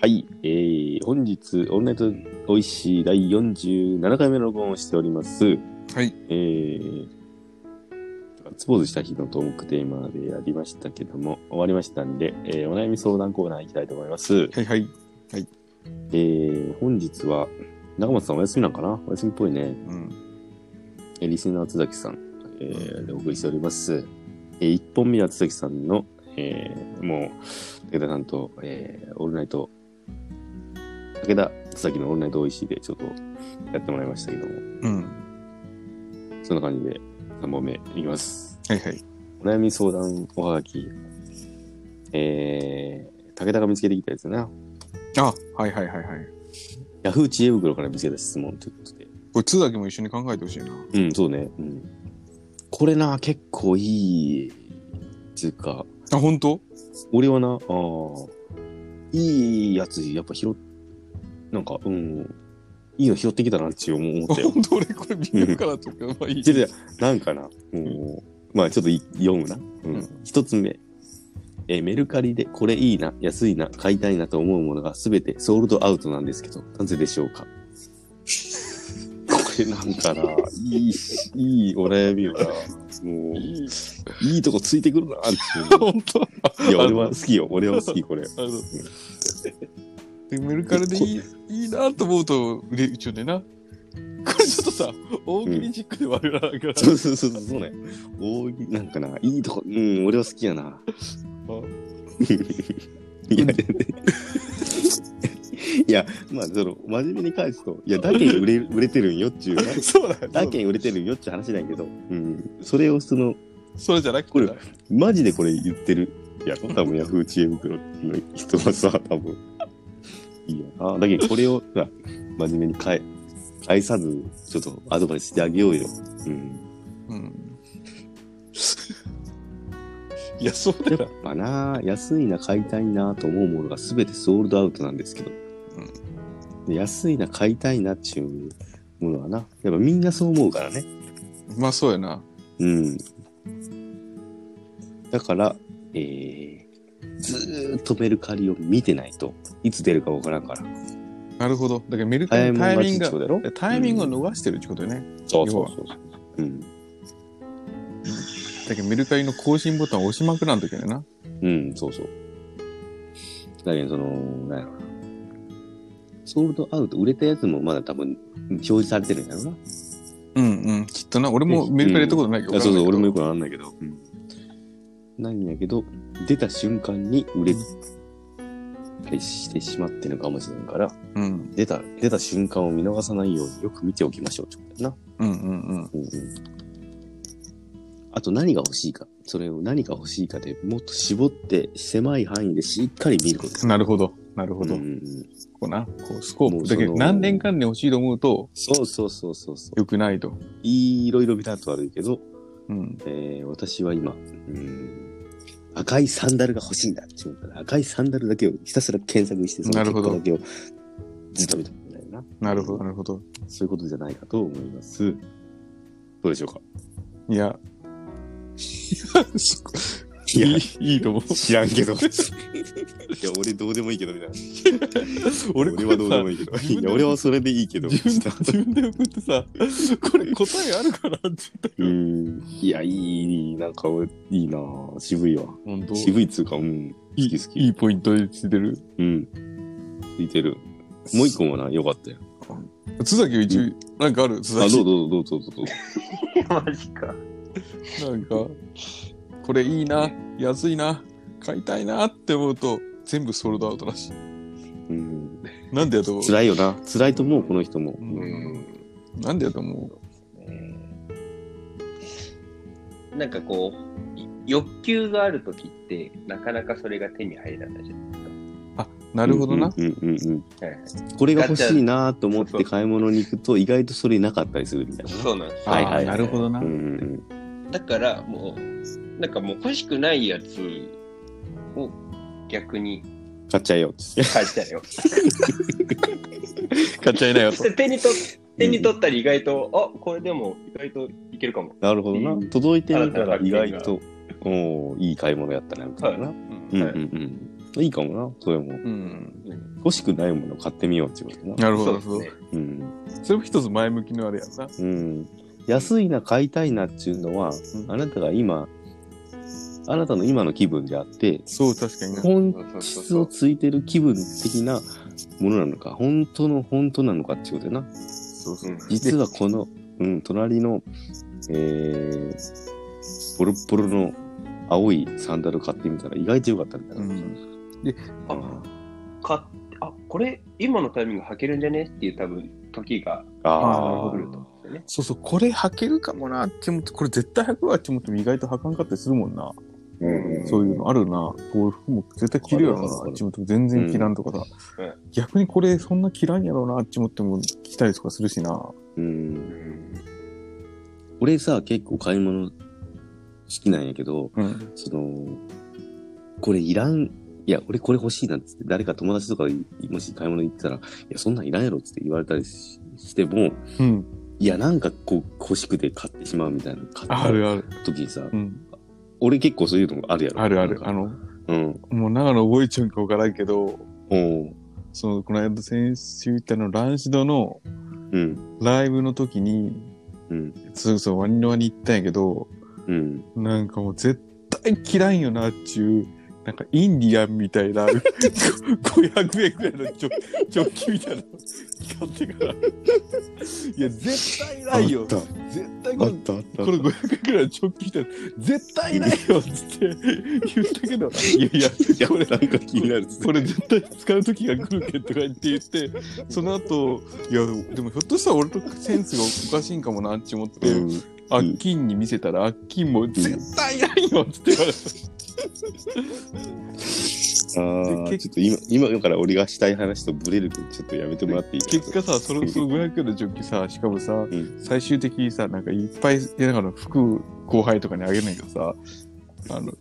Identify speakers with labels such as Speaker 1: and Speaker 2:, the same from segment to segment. Speaker 1: はい、えー、本日、オンライトおいしい第47回目の録音をしております。
Speaker 2: はい。
Speaker 1: えー、ガッツポーズした日のトークテーマでやりましたけども、終わりましたんで、えーお悩み相談コーナー行きたいと思います。
Speaker 2: はいはい。
Speaker 1: えー、本日は、中本さんお休みなんかなお休みっぽいね。
Speaker 2: うん。
Speaker 1: えーリスナー津崎さん、えーでお送りしております。えー、1本目は津崎さんの、えーもう、武田さんと、えーオールナイト、武田津崎のオールナイトおいしいでちょっとやってもらいましたけども、
Speaker 2: うん。
Speaker 1: そんな感じで3本目いきます。
Speaker 2: はいはい。
Speaker 1: お悩み相談おはがき、えー、武田が見つけてきたやつだな。
Speaker 2: あ、はいはいはいはい。
Speaker 1: ヤフー知恵袋から見つけた質問ということで。
Speaker 2: これ、津崎も一緒に考えてほしいな。
Speaker 1: うん、そうね。うん。これな、結構いい、っていうか、
Speaker 2: あ、本当
Speaker 1: 俺はな、ああ、いいやつ、やっぱ拾っ、なんか、うん、いいの拾ってきたなって思思 ったよ。
Speaker 2: 本当俺これ微妙かなと思うけど、まあいい。
Speaker 1: 違う違うなんかな、もう、まあちょっとい読むな。う
Speaker 2: うんん。
Speaker 1: 一つ目。えーメルカリでこれいいな、安いな、買いたいなと思うものがすべてソールドアウトなんですけど、なぜでしょう かこれなんかな、いいし、いいお悩みよな。も
Speaker 2: いい。
Speaker 1: う、いいとこついてくるなっていう
Speaker 2: 本当
Speaker 1: い や、俺は好きよ。俺は好き、これ。
Speaker 2: あのでメルカリでいいいいなと思うと売れちゃうねんな。 これちょっとさ、大喜利チックで我々なんか
Speaker 1: そうそうそうそうそうね。大喜利なんかな、いいとこ、うん、俺は好きやな。いや、いや、まあ、その、真面目に返すと、いや、だけに売れ売れてるんよっていう、
Speaker 2: ら。 そうだよ。
Speaker 1: だけに売れてるんよって話なんやけど、うん、それをその、
Speaker 2: それじゃなくて。
Speaker 1: これマジでこれ言ってるやろ多分、ヤフー知恵袋の人はさ、多分。いいよな。だけど、これをさ、真面目に返、返さず、ちょっとアドバイスしてあげようよ。うん。
Speaker 2: うん。いや、そうだ
Speaker 1: や
Speaker 2: よ
Speaker 1: っ。ぱなあ、安いな、買いたいなと思うものが全てソールドアウトなんですけど。で安いな、買いたいなっていうものはな、やっぱみんなそう思うからね。
Speaker 2: まあそうやな。
Speaker 1: うん。だから、えー、ずーっとメルカリを見てないといつ出るかわからんから。
Speaker 2: なるほど。だからメルカ
Speaker 1: 早い
Speaker 2: リ
Speaker 1: もん
Speaker 2: のタイ
Speaker 1: 勝
Speaker 2: ミン
Speaker 1: ちっ
Speaker 2: グ
Speaker 1: てこ
Speaker 2: が、
Speaker 1: とだろ
Speaker 2: タイミングを逃してるってことよね。
Speaker 1: そうそうそうそう。うん。
Speaker 2: だけどメルカリの更新ボタンを押しまくらんときねな。
Speaker 1: うん、そうそう。だけど、その、なんやろな。ソールドアウト、売れたやつもまだ多分表示されてるんやろな。
Speaker 2: うんうん。きっとな、俺もメルカリやったことないけど。
Speaker 1: いやそうそう、俺もよ
Speaker 2: く。
Speaker 1: くわかんないけど。うん、ないんだけど、出た瞬間に売れたりしてしまってるのかもしれんから、
Speaker 2: うん。
Speaker 1: 出た、出た瞬間を見逃さないようによく見ておきましょうってことだな。
Speaker 2: うんうんう
Speaker 1: う
Speaker 2: ん。
Speaker 1: んうん。あと何が欲しいか。それを何が欲しいかでもっと絞って、狭い範囲でしっかり見ることだ。
Speaker 2: なるほど。なるほど。
Speaker 1: うんう
Speaker 2: こ
Speaker 1: んうん
Speaker 2: うな。こう、スコ
Speaker 1: も
Speaker 2: ー
Speaker 1: う
Speaker 2: プ。
Speaker 1: そ
Speaker 2: だ
Speaker 1: の
Speaker 2: けど、何年間で欲しいと思うと、
Speaker 1: そうそうそうそうそう。
Speaker 2: 良くないと。
Speaker 1: いろいろ見た後悪いけど、
Speaker 2: うん。
Speaker 1: えー私は今、うーん、赤いサンダルが欲しいんだって思ったら、赤いサンダルだけをひたすら検索して、その
Speaker 2: なる
Speaker 1: 結
Speaker 2: ほ
Speaker 1: 果
Speaker 2: ど
Speaker 1: だけをずっと見たみたいな。
Speaker 2: なるほど、なるほど。
Speaker 1: そういうことじゃないかと思います。どうでしょうか
Speaker 2: いや。そこい
Speaker 1: いや
Speaker 2: い、いいと思う。
Speaker 1: 知らん けど。いや、俺どうでもいいけど、みたいな。俺
Speaker 2: これ
Speaker 1: はどうで
Speaker 2: さ
Speaker 1: もいいけど。
Speaker 2: 自分
Speaker 1: い
Speaker 2: で
Speaker 1: や、俺はそれでいいけど。
Speaker 2: 自分で、自分で送ってさ、これ答えあるかなって
Speaker 1: うーん。いや、いい、なんか、いいなぁ渋いわ。
Speaker 2: 本当
Speaker 1: 渋いっつうか、うん。好き好
Speaker 2: い
Speaker 1: き。
Speaker 2: いポイントでついてる。
Speaker 1: うん。ついてる。もう一個もな、よかったよ。
Speaker 2: 津崎は一応、なんかある津
Speaker 1: あ、
Speaker 2: 崎。
Speaker 1: どうぞどうぞどうぞどうぞ。
Speaker 3: マジか。
Speaker 2: なんか、これいいな、安いな、買いたいなって思うと、全部ソールドアウトらしい。
Speaker 1: うん。
Speaker 2: なんでやと思う
Speaker 1: 辛いよな辛いと思うこの人も、
Speaker 2: うんなんでやと思う
Speaker 3: なんかこう、い欲求があるときって、なかなかそれが手に入らないじゃないです
Speaker 2: なるほどな。
Speaker 1: うんうんうんうん
Speaker 3: か。はいはい、
Speaker 1: これが欲しいなと思っ
Speaker 3: ガチャ
Speaker 1: て買い物に行くと意外とそれなかったりするみたいな
Speaker 3: そうなんですよ。
Speaker 1: はい
Speaker 2: あー
Speaker 1: はい
Speaker 2: なるほどな
Speaker 1: うん。うん
Speaker 3: だからもう、なんかもう欲しくないやつを逆に
Speaker 1: うん買っちゃえよっつって
Speaker 3: 買い たいよ。
Speaker 2: 買っちゃいなよ
Speaker 3: そ。して手に取っ手に取ったり意外と、あこれでも意外といけるかも。
Speaker 1: なるほど
Speaker 3: う
Speaker 1: なん届いてみたら意外とおーいい買い物やったなみたいな、
Speaker 3: は
Speaker 1: うんう
Speaker 3: い
Speaker 1: んうんいいかもな、それも。
Speaker 2: うん。
Speaker 1: 欲しくないものを買ってみようっていうことな。
Speaker 2: なるほど、
Speaker 3: そ
Speaker 2: な
Speaker 3: う
Speaker 2: る
Speaker 3: です
Speaker 2: ほど
Speaker 3: ね。。
Speaker 1: うん。
Speaker 2: それも一つ前向きのあれやんな。
Speaker 1: うん。安いな、買いたいなっていうのは、
Speaker 2: ん
Speaker 1: あなたが今、あなたの今の気分であって、
Speaker 2: そう、確かにね。
Speaker 1: 本質をついてる気分的なものなのか、本当の本当なのかっていうことやな。
Speaker 2: そう
Speaker 3: うん
Speaker 1: 実はこの、うん、隣の、えー、ボロッボロの青いサンダル買ってみたら意外と良かったみたいな。
Speaker 2: うん
Speaker 3: あ買って、あ、これ、今のタイミング履けるんじゃねっていう多分、時が
Speaker 2: あーなるほ
Speaker 1: あ
Speaker 3: 来
Speaker 1: あ、
Speaker 3: ると思うんですよね。
Speaker 2: そうそう、これ履けるかもなって思って、これ絶対履くわって思っても意外と履かんかったりするもんな。
Speaker 1: うん
Speaker 2: そういうのあるな。こういう服も絶対着るやろ
Speaker 1: あるあ
Speaker 2: う
Speaker 1: る
Speaker 2: な。あっちもっても全然着らんとかさ
Speaker 3: うんう。
Speaker 2: 逆にこれそんな着らんやろうな。あっちもっても着たりとかするしな。
Speaker 1: うん。俺さ、結構買い物好きなんやけど、
Speaker 2: うん。
Speaker 1: その、これいらん、いや、俺これ欲しいなっつって、誰か友達とかにもし買い物行ってたら、いや、そんなんいらんやろっつって言われたりししても、
Speaker 2: うん。
Speaker 1: いや、なんかこう欲しくて買ってしまうみたいな、買
Speaker 2: あ
Speaker 1: っ
Speaker 2: るある。
Speaker 1: た時にさ、
Speaker 2: うん。
Speaker 1: 俺結構そういうのあるやろ。
Speaker 2: あるあ
Speaker 1: なん
Speaker 2: る。
Speaker 1: か
Speaker 2: あの、
Speaker 1: うん。
Speaker 2: もう長野覚えちゃうんかわからんけど、
Speaker 1: おう
Speaker 2: その、この間先週言ったの、ランシドの
Speaker 1: うん。
Speaker 2: ライブの時に、
Speaker 1: うん。
Speaker 2: そうそう、ワニのワニ行ったんやけど、
Speaker 1: うん。
Speaker 2: なんかもう絶対着らんよなっちゅう、なんかインディアンみたいな、こ500円くらいのジョジョッキみたいなの買ってから。いや、絶対ないよ。
Speaker 1: あっ
Speaker 2: 絶対
Speaker 1: た。
Speaker 2: こ
Speaker 1: あ
Speaker 2: れ
Speaker 1: っ。た。あった。
Speaker 2: これ500円くらいのジョッキみたいな絶対ないよっつって言ったけどいやいや
Speaker 1: いや、
Speaker 2: これ
Speaker 1: なんか気になるっつって。
Speaker 2: これ絶対使う時が来るけんとか言って言ってその後いやでもひょっとしたら俺とセンスがおかしいんかもなって思って、
Speaker 1: うん。
Speaker 2: あっきんに見せたらあっきんも絶対いないよっつって言われ
Speaker 1: ああ、
Speaker 2: で
Speaker 1: ちょっと今、今から俺がしたい話とブレるけど、ちょっとやめてもらっていい
Speaker 2: た結果さそのその500円のジョッキさしかもさ、
Speaker 1: ん
Speaker 2: 最終的にさなんかいっぱいいやだから服後輩とかにあげるんやけどさあの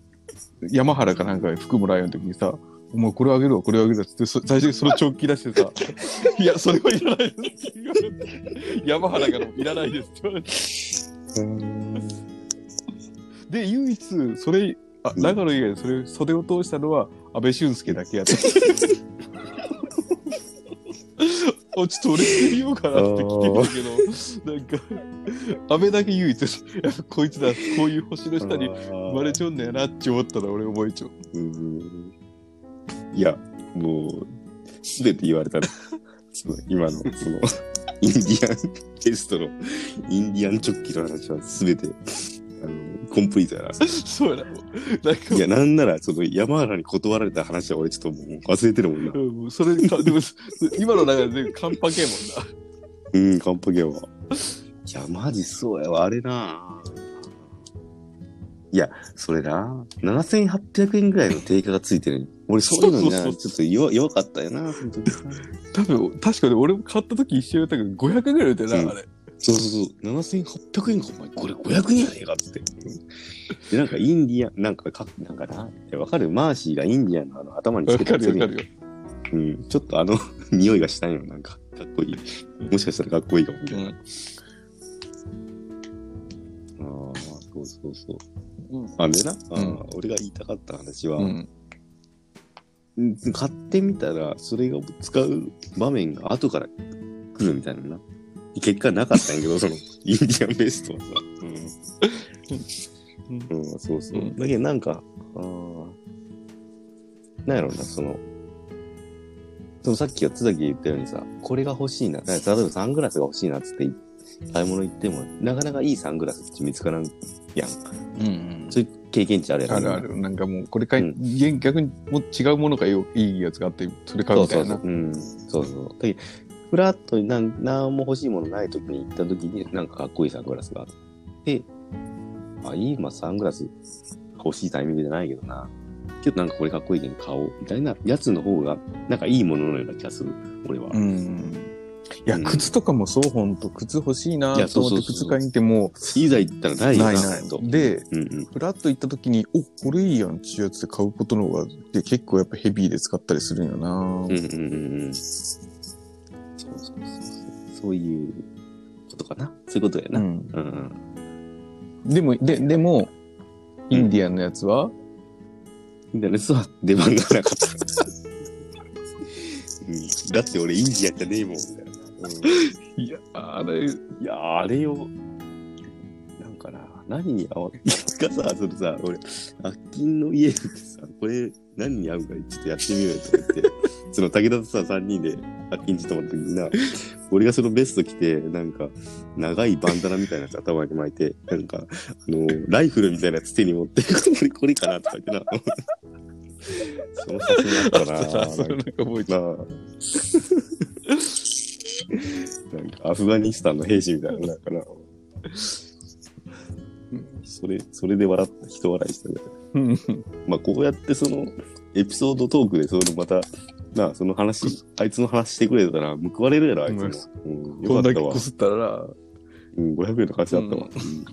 Speaker 2: 山原かなんかに服もらうような時にさもうこれあげるわこれあげるわっつってそ最終的にそのジョッキ出してさ「いやそれはいらないです」って言われて山原からも「いらないです」って言われてで唯一それあ
Speaker 1: うん
Speaker 2: 長野以外でそれ袖を通したのは安倍俊介だけやった おちょっと俺着てみようかなって着てるけどなんか安倍だけ唯一やっぱこいつだこういう星の下に生まれちゃうんだよなって思ったら俺覚えちゃう
Speaker 1: うんいや、もう、すべて言われたね。その今の、その、インディアンゲストの、インディアンチョッキの話はすべて、あの、コンプリートやな。
Speaker 2: そうやなもうなんか
Speaker 1: いや、なんなら、その、山原に断られた話は俺ちょっともう忘れてるもん な
Speaker 2: う。んもうそれかでもそ今の中でカンパケもんな
Speaker 1: うん、カンパケは。いや、マジそうやわ、あれな。いや、それな、7800円ぐらいの定価がついてる。俺、そういうのにな、ち
Speaker 2: そ
Speaker 1: ょ
Speaker 2: うそう
Speaker 1: っと弱弱かったよな、その時な。
Speaker 2: 多分確かに俺も買った時一緒やったけど500円ぐらいだよな、
Speaker 1: うん
Speaker 2: あれ
Speaker 1: そうそうそう、7800円か、お前、これ500円やねえかっつって。で、なんかインディアン、なんかか、なんかな、いやわかるマーシーがインディアンのあの頭につ
Speaker 2: わ
Speaker 1: けた
Speaker 2: か
Speaker 1: や
Speaker 2: る
Speaker 1: つ
Speaker 2: よわ
Speaker 1: に
Speaker 2: かるよ
Speaker 1: うん、ちょっとあの 匂いがしたいよ、なんか、かっこいい。もしかしたらかっこいいかもね。
Speaker 2: うん
Speaker 1: ああ、そうそうそう。
Speaker 2: うん
Speaker 1: あでな、あー
Speaker 2: うん
Speaker 1: 俺が言いたかった話は、
Speaker 2: うん
Speaker 1: うん買ってみたら、それが使う場面が後から来るみたいなな。結果なかったんやけど、その、 インディアンベストはさ。うん、うん、そうそう。
Speaker 2: うん
Speaker 1: だけどなんか、あーなんやろうな、その、そのさっきは津崎が言ったようにさ、これが欲しい な。だから例えばサングラスが欲しいなっつって、買い物行っても、なかなかいいサングラスって見つからんやん。
Speaker 2: うんうん
Speaker 1: そういう経験値あるやん。
Speaker 2: あるある。なんかもう、これかい、
Speaker 1: うん
Speaker 2: 現逆にもう違うものがよいいやつがあって、それ買うみたいな。
Speaker 1: そうそうそう。うん、そうそう。でフラットになんなんも欲しいものない時に行った時に、なんかかっこいいサングラスがあって、あ、今サングラス欲しいタイミングじゃないけどな。けどなんかこれかっこいいけん買おう。みたいなやつの方が、なんかいいもののような気がする。俺は。
Speaker 2: うん。いや、
Speaker 1: うん
Speaker 2: 靴とかもそう、ほんと、靴欲しいない
Speaker 1: や
Speaker 2: と思って
Speaker 1: そうそう
Speaker 2: 靴
Speaker 1: そう
Speaker 2: 買いに行っても、
Speaker 1: いざ行ったらないよ
Speaker 2: ないな
Speaker 1: ちゃんと
Speaker 2: い。で、
Speaker 1: うんうん。
Speaker 2: フラッと行った時に、お、これいいやんっていうやつで買うことの方が、で結構やっぱヘビーで使ったりするんよな
Speaker 1: うんうんうんうん。そうそうそうそう。そういうことかな。そういうことや
Speaker 2: う
Speaker 1: な。
Speaker 2: ん。
Speaker 1: うんうん。
Speaker 2: でも、で、でも、インディアンのやつは、
Speaker 1: みたいなやつは出番がなかった。うん、だって俺インディアじゃねえもん、みたいな。
Speaker 2: いや、あれ、
Speaker 1: いや、あれを、なんかな、何に合わ、 いつかさ、それさ、俺、あっきんの家ってさ、これ、何に合うかちょっとやってみようよと思って、 その武田とさ、3人で、あっきんち泊まった時にな、俺がそのベスト着て、なんか、長いバンダナみたいなやつ頭に巻いて、なんか、あの、ライフルみたいなやつ手に持って、これ、これかなとか 言ってな。その写真あったな
Speaker 2: あ それなんか覚えて
Speaker 1: な
Speaker 2: る。
Speaker 1: あなんかアフガニスタンの兵士みたいな、なんかな。それ、それで笑った、人笑いしたね。
Speaker 2: うん
Speaker 1: まあ、こうやってその、エピソードトークで、そのまた、なあ、その話、あいつの話してくれたら、報われるやろ、あいつも。うん、
Speaker 2: こ
Speaker 1: よ
Speaker 2: ん
Speaker 1: か
Speaker 2: だ
Speaker 1: っ
Speaker 2: け
Speaker 1: たわ
Speaker 2: こ。すったら、
Speaker 1: うん、500円の価値だったわ。
Speaker 2: うん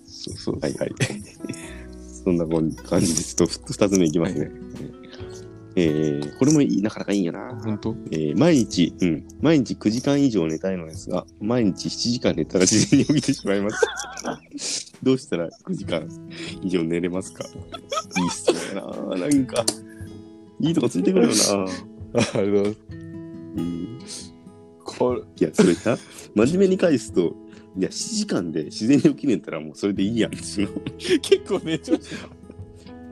Speaker 1: そうそう。はいはい。そんなこん感じで、ちょっと2つ目いきますね。えーこれもいいなかなかいいよな。
Speaker 2: 本当
Speaker 1: えー毎日、うん、毎日9時間以上寝たいのですが、毎日7時間寝たら自然に起きてしまいます。 どうしたら9時間以上寝れますかいい質問やな。なんか、いいとこついてくるよな。
Speaker 2: あれだ、
Speaker 1: うん、
Speaker 2: これ、
Speaker 1: いや、それさ、真面目に返すと、いや、7時間で自然に起きねえんだったらもうそれでいいやんっていうの。
Speaker 2: 結構ね、ちょっ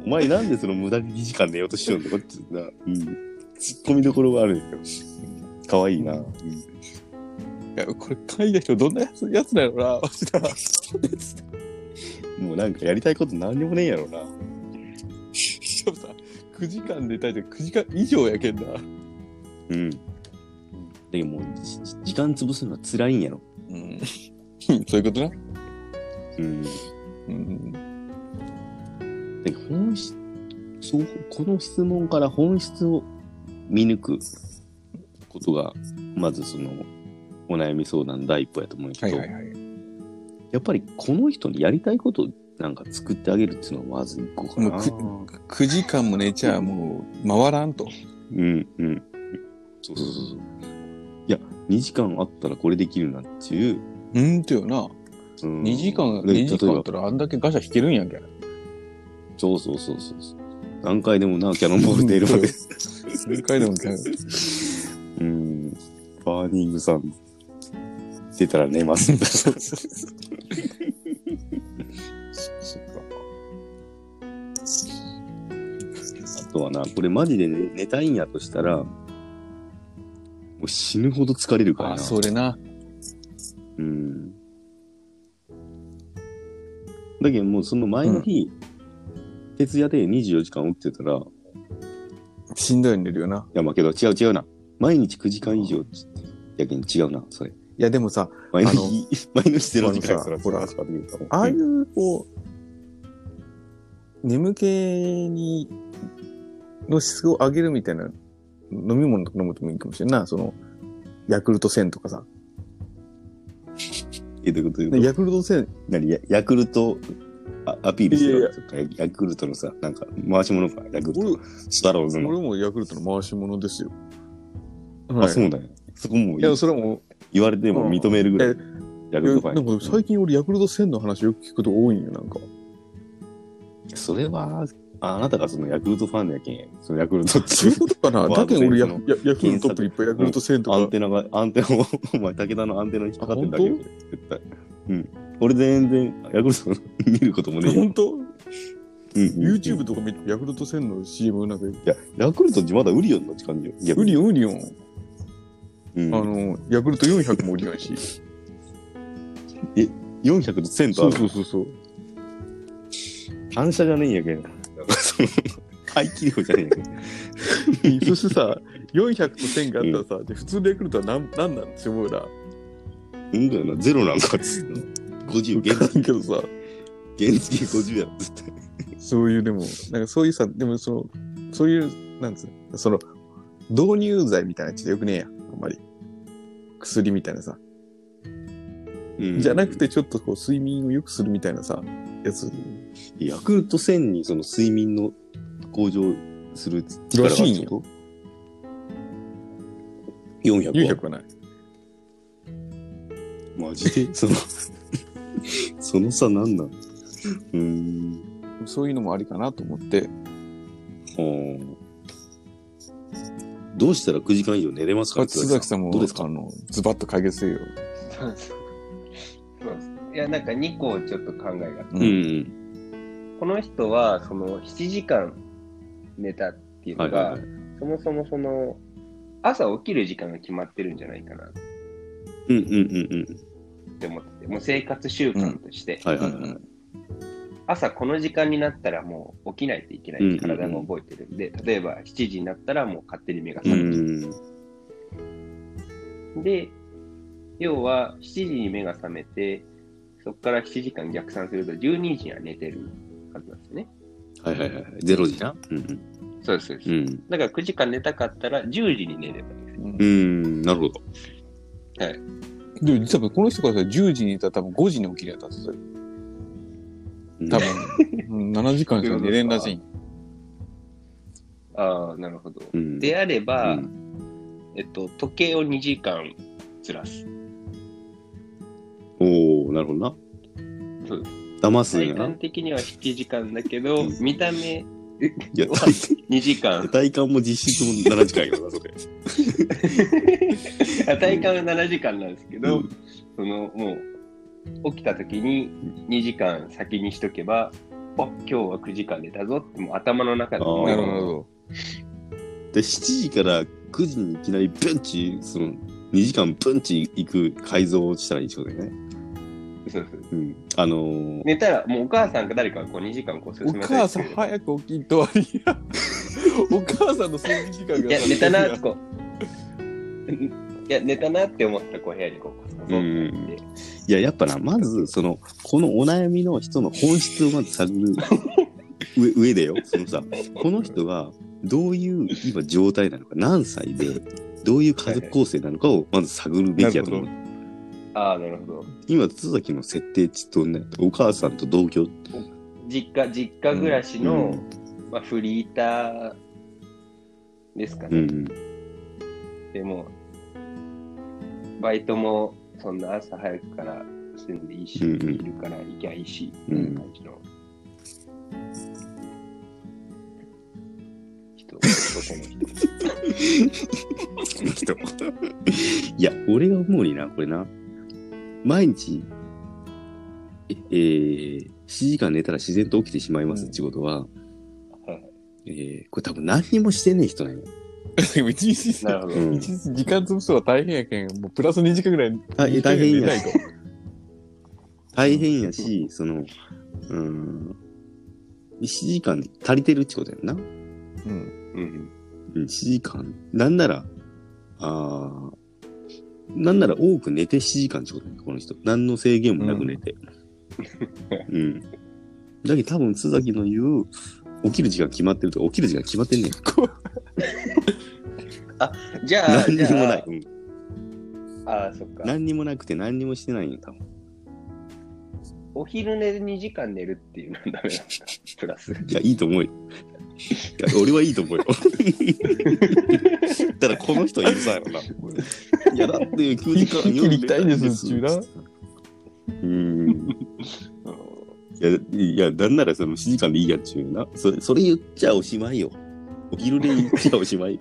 Speaker 1: お前なんでその無駄に2時間寝ようとしようんだかってな、うん、突っ込みどころがあるんですよ。かわいいな。うん
Speaker 2: と、いやこれ書いた人どんなやつやつなのな、マジだ。
Speaker 1: もうなんかやりたいこと何にもねえやろな。
Speaker 2: しかもさ、9時間寝たいって9時間以上やけんな。
Speaker 1: うん。だけどもう、じ時間潰すのは辛いんやろ。
Speaker 2: うん。 そういうことな。
Speaker 1: うん。だ
Speaker 2: うん。
Speaker 1: けど本質、そう、この質問から本質を見抜くことが、まずその、お悩み相談第一歩やと思うんやけ
Speaker 2: はい
Speaker 1: ど、
Speaker 2: はいはい。
Speaker 1: やっぱりこの人にやりたいことをなんか作ってあげるっていうのはまず一個かな。
Speaker 2: もうく9時間も寝ちゃもう回らんと。
Speaker 1: うんうん。そうそうそうそう。いや、2時間あったらこれできるなっていう。
Speaker 2: うんとよな。
Speaker 1: うん
Speaker 2: 2時間、
Speaker 1: で
Speaker 2: 2時間
Speaker 1: 例え
Speaker 2: あ
Speaker 1: ば
Speaker 2: ったらあんだけガシャ引けるんや んけ。
Speaker 1: そうそうそうそうそう。何回でもな、キャノンボール出るまで。
Speaker 2: 何回でもキャノン
Speaker 1: うん。バーニングさん。出たら寝ますんだ。
Speaker 2: そっか。
Speaker 1: あとはな、これマジで寝寝たいんやとしたら、もう死ぬほど疲れるから
Speaker 2: あ
Speaker 1: な。
Speaker 2: あ、それな。
Speaker 1: うん。だけどもうその前の日、徹夜で24時間起きてたら、
Speaker 2: しんどいように寝るよな。
Speaker 1: いや、まあけど、違う違うな。毎日9時間以上、やけに違うな、それ。
Speaker 2: いや、でもさ、
Speaker 1: 毎
Speaker 2: あの
Speaker 1: 日、毎日0時間
Speaker 2: あのさ
Speaker 1: そら
Speaker 2: ほら
Speaker 1: そらそら
Speaker 2: ああいう、こう、眠気に、の質を上げるみたいな、飲み物とか飲むともいいかもしれんな。その、ヤクルト1000とかさ。
Speaker 1: え、どういうことどういうこと
Speaker 2: ヤクルト1000、
Speaker 1: 何ヤヤクルトあアピールしてる
Speaker 2: いや
Speaker 1: わけですかヤクルトのさ、なんか回し物か、ヤクルト。スワローズの。
Speaker 2: 俺もヤクルトの回し物ですよ。
Speaker 1: あ、
Speaker 2: はい。
Speaker 1: そうだよ。そこも
Speaker 2: いや、それはもう、
Speaker 1: 言われても認めるぐらい
Speaker 2: うん。
Speaker 1: ヤク
Speaker 2: い
Speaker 1: ル
Speaker 2: や
Speaker 1: トファ
Speaker 2: なん
Speaker 1: ン
Speaker 2: か最近俺ヤクルト1000の話よく聞くと多いんよ、なん か。
Speaker 1: それは、あなたがそのヤクルトファンやけん、そのヤクルトって
Speaker 2: そう
Speaker 1: い
Speaker 2: いううことかな
Speaker 1: まあ
Speaker 2: だけど俺ヤ
Speaker 1: 全
Speaker 2: ヤヤクルトトップいっぱいヤクルト1000と
Speaker 1: アン
Speaker 2: か。
Speaker 1: テナが、アンテナを、お前、武田のアンテナに引っかかってるだけ
Speaker 2: あ
Speaker 1: よ、絶対。うん。俺全然、ヤクルトの見ることもねえよ。
Speaker 2: 本当
Speaker 1: うんうんうん
Speaker 2: ?YouTube とか見てヤクルト1000の CM なんか、
Speaker 1: いや、ヤクルトってまだウリオンのって感じよ。いや
Speaker 2: ウリオンウリオン。
Speaker 1: うん
Speaker 2: あの、ヤクルト400もウリオン やし。
Speaker 1: 400と1000とある
Speaker 2: そうそうそうそう。
Speaker 1: 反射じゃねえんやけん。その、 排気量じゃねえんやけん。
Speaker 2: そしてさ、400と1000があったらさ、で普通のヤクルトは何何なんって思うな。
Speaker 1: うんだよな、ゼロなんかっつってんの。50、
Speaker 2: 分
Speaker 1: 原
Speaker 2: か
Speaker 1: 付、
Speaker 2: んけどさ、
Speaker 1: 原付50やろ、つって。
Speaker 2: そういうでも、なんかそういうさ、でもその、そういう、なんつうの、その、導入剤みたいなやつでよくねえやん、あんまり。薬みたいなさ。
Speaker 1: うん
Speaker 2: じゃなく。てちょっとこう睡眠を良くするみたいなさやつ
Speaker 1: ヤクルト1000にその睡眠の向上する力があるってこと400は
Speaker 2: はない
Speaker 1: マジでその、その差なんなんうーん。
Speaker 2: そういうのもありかなと思って、
Speaker 1: うんどうしたら9時間以上寝れますか
Speaker 2: 津崎さんも
Speaker 1: どうですか
Speaker 2: あのズバッと解決せよ。
Speaker 3: そうです。そうです。いや、なんか2個ちょっと考えがあって。
Speaker 1: うんうん。
Speaker 3: この人は、その、7時間寝たっていう
Speaker 1: は
Speaker 3: の
Speaker 1: い
Speaker 3: が、
Speaker 1: はいはい。
Speaker 3: そもそもその、朝起きる時間が決まってるんじゃないかなっ
Speaker 1: うんうんうんうん。
Speaker 3: て思ってて、もう生活習慣として、
Speaker 1: はいは
Speaker 2: う
Speaker 1: いはい。
Speaker 2: ん
Speaker 3: 朝この時間になったらもう起きないといけないって体が覚えてるんで、例えば7時になったらもう勝手に目が
Speaker 1: う
Speaker 3: 覚める。
Speaker 1: ん。
Speaker 3: で、要は7時に目が覚めて、そこから7時間逆算すると12時には寝てるはずなんですよね。
Speaker 1: はいはいはい。ゼロ時な。うん
Speaker 3: そうです、そうで
Speaker 1: う
Speaker 3: す。
Speaker 1: ん。
Speaker 3: だから9時間寝たかったら10時に寝ればいいです。
Speaker 2: うん
Speaker 1: うん。うん。なるほど。
Speaker 2: でも実はこの人からしたら10時にいたら多分5時に起きるやつだったんですよ多分、 うん7時間しか寝れんらしい。
Speaker 3: ああ、なるほど。
Speaker 1: うん。
Speaker 3: であれば、
Speaker 1: うん
Speaker 3: えっと、時計を2時間ずらす。
Speaker 1: おおなるほどな。
Speaker 3: そう
Speaker 1: 騙すん
Speaker 3: 体
Speaker 1: やな。い
Speaker 3: 感的には7時間だけど、
Speaker 1: うん
Speaker 3: 見た目
Speaker 1: や、
Speaker 3: は
Speaker 1: 体感
Speaker 3: 2時間。
Speaker 1: 体感も実質も7時間やろな、それ。
Speaker 3: あ 体感は7時間なんですけど、
Speaker 1: うん
Speaker 3: そのもう起きた時に2時間先にしとけば、あ今日は9時間寝たぞってもう頭の中で思い
Speaker 2: な
Speaker 3: 込
Speaker 2: る
Speaker 3: む
Speaker 2: ほど。
Speaker 1: で、7時から9時にいきなりブンチ、その、2時間ブンチ行く改造をしたらいいってことだよね。
Speaker 3: そうそ
Speaker 1: う
Speaker 3: う
Speaker 1: ん。あのー、
Speaker 3: 寝たらもうお母さんか誰かがこう2時間こう進
Speaker 2: お
Speaker 3: めた
Speaker 2: 母さん
Speaker 3: い
Speaker 2: 早く起きん とありや。お母さんの睡眠時間が。
Speaker 3: や寝 たなってこう。いや寝たなって思ったらこう部屋にこうこそこそって入って
Speaker 1: いや、やっぱな、まず、その、このお悩みの人の本質をまず探る上上でよ、そのさ、この人がどういう今状態なのか、何歳で、どういう家族構成なのかをまず探るべきやと思う。
Speaker 2: な
Speaker 3: ああなるほど
Speaker 1: 今、津崎の設定値とね、お母さんと同居。
Speaker 3: 実家実家暮らしの、
Speaker 1: うん
Speaker 3: まあ、フリーターですか
Speaker 1: う
Speaker 3: ね、
Speaker 1: ん。
Speaker 3: でも、バイトもそんな朝早くから住んでいいし、
Speaker 1: うんうん
Speaker 3: いるから行きゃいいし、
Speaker 1: うん
Speaker 3: みたいな感じの人、男の人。
Speaker 1: この人。 いや、俺が思うにな、これな。毎日、ええー、7時間寝たら自然と起きてしまいますってことは、
Speaker 3: はい
Speaker 1: えー、これ多分何にもしてねえ人なんや。
Speaker 2: でも一日さ、
Speaker 3: なるほ
Speaker 1: う
Speaker 3: ど。
Speaker 1: ん
Speaker 2: 一日時間潰すのは大変やけん、もうプラス2時間ぐらい
Speaker 1: あえ大変
Speaker 2: 寝な
Speaker 1: や
Speaker 2: い
Speaker 1: し
Speaker 2: と。
Speaker 1: 大変やし、その、うーん、1時間で足りてるってことやんな。う
Speaker 2: うん。
Speaker 3: うん、
Speaker 1: ん、1時間。なんなら、あーなんなら多く寝て7時間ってことやんこの人。何の制限もなく寝て。うん。だけど多分、須崎の言う、起きる時間決まってるとか、起きる時間決まってんねん。
Speaker 3: じゃあ、
Speaker 1: 何にもない。うん
Speaker 3: じゃああー、そっか。
Speaker 1: 何にもなくて何にもしてないんよ、多分。
Speaker 3: お昼寝で2時間寝るっていうのはダ メなんですか、プラス。
Speaker 1: いや、いいと思うよ。いや、俺はいいと思うよ。ただ、この人いるさやろな。いや、だって9時間
Speaker 2: 一気に行きたいんです
Speaker 1: 夜寝たいんですうん。いや、いや、なんならその7時間でいいやっちゅうな。それ、それ言っちゃおしまいよ。お昼寝言っちゃおしまいよ。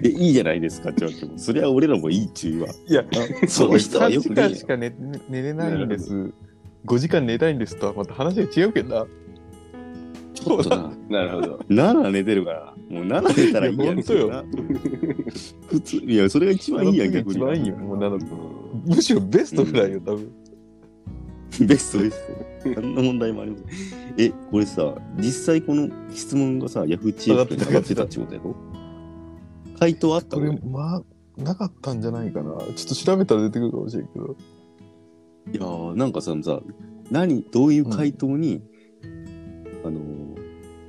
Speaker 1: で、いいじゃないですかって言われても、それは俺らもいいっちゅうわ。
Speaker 2: いや、
Speaker 1: その人はよくねえよ
Speaker 2: 3時間しか寝寝れないんです。5時間寝たいんですとはまた話が違うけどな。
Speaker 1: ちょっとな。
Speaker 3: なるほど。
Speaker 1: 7寝てるから、もう7寝たらいいやんけどな。普通、いや、それが一番いいやん、
Speaker 2: その時
Speaker 1: 逆
Speaker 2: が
Speaker 1: に。
Speaker 2: 一番いいよ、もうなの
Speaker 3: うん
Speaker 2: むしろベストぐらいよ、多分。
Speaker 1: ベストベスト。何の問題もありません。え、これさ、実際この質問がさ、ヤフーチェックに上がってたってことやろ回答あった
Speaker 2: これ
Speaker 1: の、
Speaker 2: まあ、なかったんじゃないかな。ちょっと調べたら出てくるかもしれんけど。
Speaker 1: いやー、なんかさ、さ、何、どういう回答に、あのー、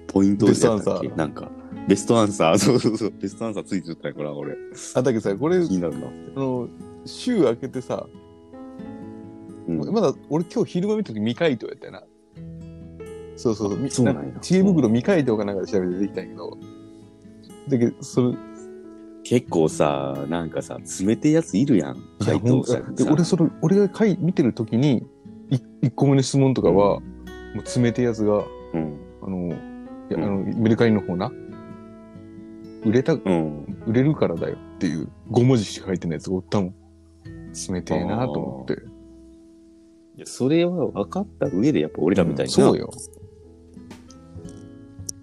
Speaker 1: ポイントをやったっけ
Speaker 2: ベストアンサー
Speaker 1: なんか、ベストアンサー、 そうそうそう、ベストアンサーついてたから、俺。
Speaker 2: あ、だけどさ、これ、
Speaker 1: 気になるな。
Speaker 2: あの、週明けてさ、
Speaker 1: うん、
Speaker 2: まだ俺今日昼間見た時未回答やったよな。そうそうそう。み
Speaker 1: そうなんや
Speaker 2: か知恵袋未回答かなんかで調べて出てきたんやけど。だけど、それ、
Speaker 1: 結構さ、なんかさ、冷てえやついるやん。回
Speaker 2: いやほ
Speaker 1: 答者
Speaker 2: んとで
Speaker 1: さ。
Speaker 2: 俺、その、俺が回見てる時に、い一個目の質問とかは、もう冷てえやつが、
Speaker 1: うん。
Speaker 2: あの、いや
Speaker 1: うん
Speaker 2: あのメルカリの方な、売れた、
Speaker 1: うん。
Speaker 2: 売れるからだよっていう5文字しか書いてないやつがおったもん。冷てえなと思って。
Speaker 1: いやそれは分かった上で、やっぱ俺らみたいな、
Speaker 2: そうよ。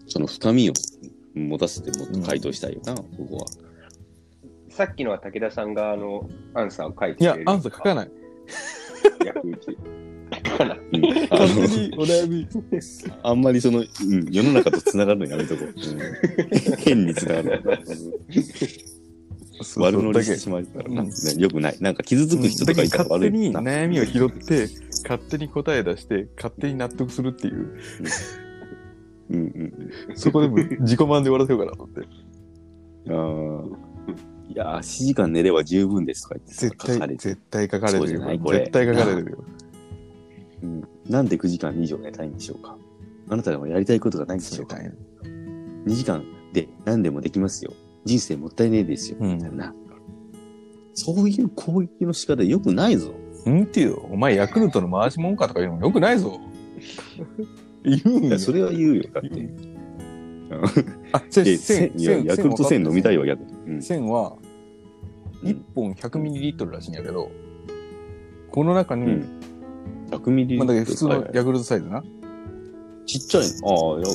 Speaker 1: その深みを持たせてもっと回答したいよな、ここは。
Speaker 3: さっきのは武田さんがあのアンサーを書い
Speaker 2: い
Speaker 3: て
Speaker 2: や
Speaker 3: くれる、
Speaker 2: アンサー書か
Speaker 3: ない。
Speaker 2: ない。
Speaker 3: ヤフー知書かない。
Speaker 1: うんあ
Speaker 2: 勝
Speaker 1: の
Speaker 2: 手にお悩み。
Speaker 1: あんまりその、うん、世の中とつながるのやめとこう。うん変につながる の。悪乗りしてしまうから、
Speaker 2: うん
Speaker 1: よくない。なんか傷つく人とかいたら悪
Speaker 2: 勝手
Speaker 1: いもん
Speaker 2: に
Speaker 1: な。
Speaker 2: 悩みを拾って、勝手に答え出して、勝手に納得するっていう、
Speaker 1: うん
Speaker 2: そこでも自己満で終わらせようかなと思って。
Speaker 1: うん。ああ。いやー、7時間寝れば十分ですとか言ってさ
Speaker 2: 絶対
Speaker 1: 書か、れて
Speaker 2: 絶対書かれ
Speaker 1: そう
Speaker 2: て
Speaker 1: じゃ
Speaker 2: る
Speaker 1: ない
Speaker 2: よ。
Speaker 1: これ
Speaker 2: 絶対書かれてるよ。
Speaker 1: うんなんで9時間以上寝たいんでしょうかあなたはやりたいことがないんでしょうか
Speaker 2: 絶
Speaker 1: ?2 時間で何でもできますよ。人生もったいねえですよ。
Speaker 2: うん
Speaker 1: みたいな。そういう攻撃の仕方よくないぞ。
Speaker 2: 対うんっていう、お前ヤクルトの回しもんかとか言うのもよくないぞ。言うん
Speaker 1: い
Speaker 2: よ
Speaker 1: や、それは言うよ。だって。
Speaker 2: あ、せ
Speaker 1: で、
Speaker 2: ん、
Speaker 1: せん
Speaker 2: せん、
Speaker 1: いや、
Speaker 2: せん
Speaker 1: ヤクルト1000飲みたい。わ、ヤクルト。
Speaker 2: 線は、
Speaker 1: うん
Speaker 2: 1本 100ml らしいんやけど、この中
Speaker 1: う
Speaker 2: に、
Speaker 1: ん。100ミリ。
Speaker 2: まあ、だから普通のヤクルトサイズな、
Speaker 1: ちっちゃいの。ああ、やばい。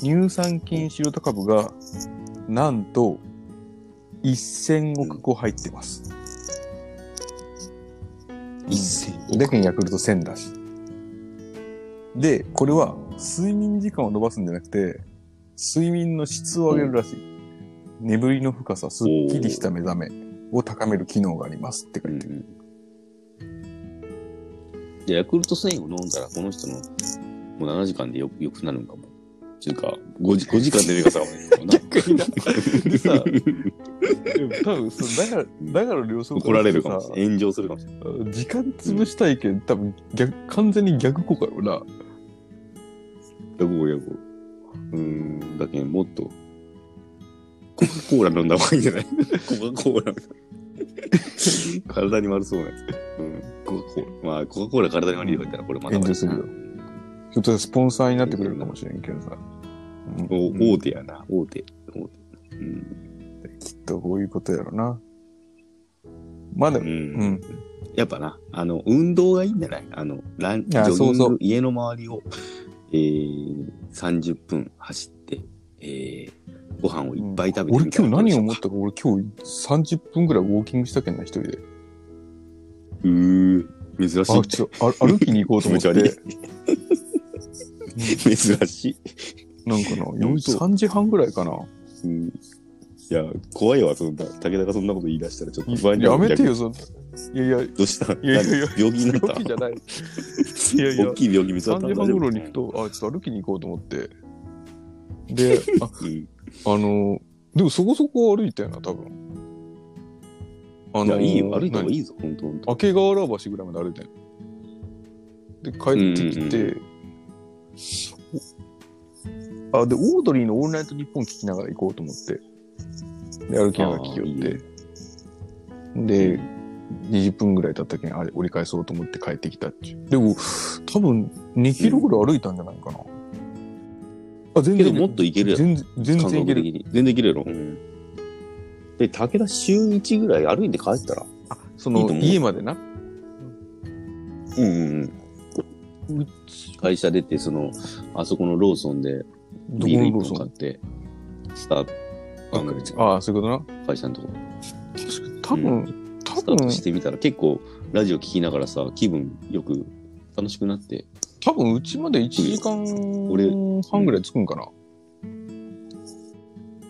Speaker 2: 乳酸菌シロタ株が、なんと、1000億個入ってます。
Speaker 1: 1000
Speaker 2: だけにヤクルト1000だし。で、これは、睡眠時間を伸ばすんじゃなくて、睡眠の質を上げるらしい。眠りの深さ、すっきりした目覚めを高める機能がありますって書
Speaker 1: う
Speaker 2: い
Speaker 1: ん
Speaker 2: てある
Speaker 1: うん。で、ヤクルト1000を飲んだら、この人の、もう7時間でよよくなるんかも。っていうか、5, 時5時間寝るかさ、
Speaker 2: 逆にな でさ
Speaker 1: な。
Speaker 2: でも多分そうだから、だから両層
Speaker 1: 怒られるかもしれない。炎上するかもしれない。
Speaker 2: 時間潰したいけん、多分逆、完全に逆効果よな。
Speaker 1: やぼうやぼう。うーん、だけどもっと、コカ・コーラ飲んだ方がいいんじゃない コカ・コーラ。 体に悪そうなやつ。うん、コカ・コーラ。まあ、コカ・コーラ体に悪いとか言ったら、これまだ悪い
Speaker 2: 炎上するよ。ちょっとスポンサーになってくれるかもしれんけどさ。
Speaker 1: お
Speaker 2: うん
Speaker 1: 大手やな、大手。大手。うん。
Speaker 2: きっとこういうことやろな。まだ、
Speaker 1: う
Speaker 2: うんん。
Speaker 1: やっぱな、あの、運動がいいんじゃないあの、ラン、ジョ
Speaker 2: あ
Speaker 1: ギング
Speaker 2: そうそう
Speaker 1: 家の周りを、えー、30分走って、えー、ご飯をいっぱい食べて
Speaker 2: 俺
Speaker 1: みたい
Speaker 2: 今
Speaker 1: なことでしょ
Speaker 2: 日何を
Speaker 1: う
Speaker 2: 思っ
Speaker 1: か
Speaker 2: たか、俺今日30分ぐらいウォーキングしたけんな、一人で。
Speaker 1: うー、珍し
Speaker 2: あ、
Speaker 1: い。
Speaker 2: ちょ、あ歩きに行こうと思 っ
Speaker 1: 気持ち
Speaker 2: て。
Speaker 1: 珍しい。
Speaker 2: なんかな、
Speaker 1: 当
Speaker 2: 3時半ぐらいかな。
Speaker 1: うんいや、怖いわ、そんな。武田がそんなこと言い出したら、ちょっと不安にな
Speaker 2: や
Speaker 1: る
Speaker 2: めて。よ、そんいやいや、い
Speaker 1: 逆にどうした
Speaker 2: やいやいや
Speaker 1: 何病気になった
Speaker 2: 病気じ ゃない。いやいや
Speaker 1: 大きい病気見つかった
Speaker 2: 3時半頃に行くと、あ、ちょっと歩きに行こうと思って。で、 あ、
Speaker 1: うん
Speaker 2: あの、でもそこそこ歩いたよな、多分。あ
Speaker 1: いや、いいよ、歩いた方がい
Speaker 2: い。
Speaker 1: いぞ、本当本当
Speaker 2: 明川原橋ぐらいまで歩いたよ。で、帰ってきて、あ、で、オードリーのオールナイト日本聞きながら行こうと思って。で、歩きながら聞きよって。で、20分ぐらい経ったけん、あれ、折り返そうと思って帰ってきたっていう。でも、多分、2キロぐらい歩いたんじゃないかな。あ、全
Speaker 1: けど、
Speaker 2: 然、
Speaker 1: もっといけるやろ、
Speaker 2: 全然、全
Speaker 1: 感
Speaker 2: 然いけ
Speaker 1: 覚
Speaker 2: る
Speaker 1: 的。に。全然いけるやろ。うんで、武田週1ぐらい歩いて帰ったら。
Speaker 2: そ
Speaker 1: いい
Speaker 2: の
Speaker 1: と思う
Speaker 2: 家までな。
Speaker 1: うんうんうん。会社出て、その、あそこのローソンで
Speaker 2: ど
Speaker 1: ビール
Speaker 2: この
Speaker 1: 1本買って、スタート、あの
Speaker 2: ああ、そういうことな。
Speaker 1: 会社のとこ
Speaker 2: 多分、
Speaker 1: う
Speaker 2: 多
Speaker 1: スタート
Speaker 2: 分
Speaker 1: し、てみたら、結構ラジオ聞きながらさ、気分よく楽しくなって、
Speaker 2: 多分うちまで1時
Speaker 1: 俺
Speaker 2: 間半ぐらい着くんかな。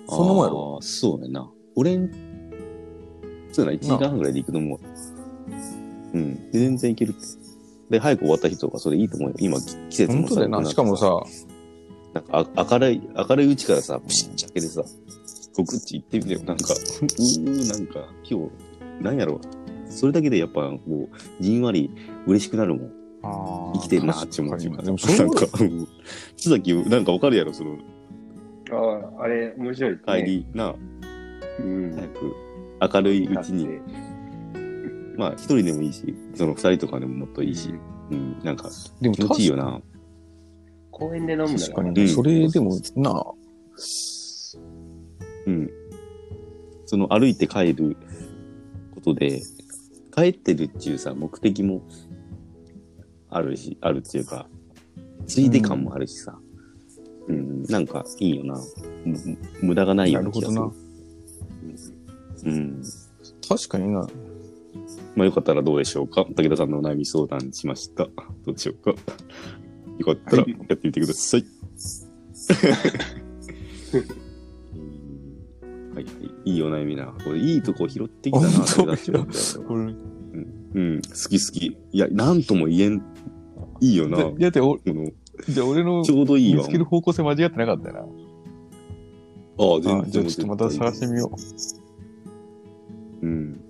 Speaker 2: そんなもんやろ。
Speaker 1: あーそうやな。俺ん、そうやな、1時間半ぐらいで行くと思う。うん。で全然行けるって。で、早く終わった日とか、それいいと思うよ。今、き季節
Speaker 2: 本
Speaker 1: も
Speaker 2: 当
Speaker 1: さ、
Speaker 2: だよな。
Speaker 1: 良
Speaker 2: し
Speaker 1: く
Speaker 2: か
Speaker 1: な
Speaker 2: も
Speaker 1: ってさ、
Speaker 2: さ、
Speaker 1: なんかあ明るい、明るいうちからさ、プシッちゃけでさ、ごくっち行ってみてよ。なんか、う ー、なんか、今日、なんやろう。それだけでやっぱ、こう、じんわり嬉しくなるもん。生
Speaker 2: 生
Speaker 1: きてるなって思う。今
Speaker 2: で
Speaker 1: で
Speaker 2: も
Speaker 1: も
Speaker 2: そう
Speaker 1: なんか、うん須崎、なんかわかるやろ、その、
Speaker 3: ああ、あれ、面白いです
Speaker 1: 帰
Speaker 3: ね。
Speaker 1: り、なあ、
Speaker 3: うん。
Speaker 1: 早く、明るいうちに、まあ、一人でもいいし、その二人とかでももっといいし、うん、なんか、
Speaker 2: でも
Speaker 1: 気持ちいいよ
Speaker 2: 確か
Speaker 1: な。
Speaker 3: 公園で飲む
Speaker 2: 確か
Speaker 3: の
Speaker 2: に、
Speaker 3: が
Speaker 1: うん
Speaker 2: それでもなあ、
Speaker 1: うん。その歩いて帰ることで、帰ってるっていうさ、目的もあるし、あるっていうか、ついで感もあるしさ、うん、なんかいいよな。む無駄がないような気がする。
Speaker 2: なるほ
Speaker 1: うん。
Speaker 2: 確かにな。
Speaker 1: まあよかったらどうでしょうか武田さんのお悩み相談しました。どうでしょうかよかったら
Speaker 3: はい
Speaker 1: やってみてくださ い。うんはいはい。いいお悩みな。これいいとこ拾ってきたな、
Speaker 2: 本当
Speaker 1: 武田さん
Speaker 2: これ
Speaker 1: うん、好き好き。いや、なんとも言えん、いいよな。
Speaker 2: だ
Speaker 1: こ
Speaker 2: だってお、
Speaker 1: の
Speaker 2: じゃあ俺の
Speaker 1: ちょうどいい
Speaker 2: 見
Speaker 1: わ。
Speaker 2: つける方向性間違ってなかったよな。
Speaker 1: ああ、
Speaker 2: あ
Speaker 1: 全
Speaker 2: じゃあ
Speaker 1: 然。
Speaker 2: ちょっとまた探してみよ
Speaker 1: うん。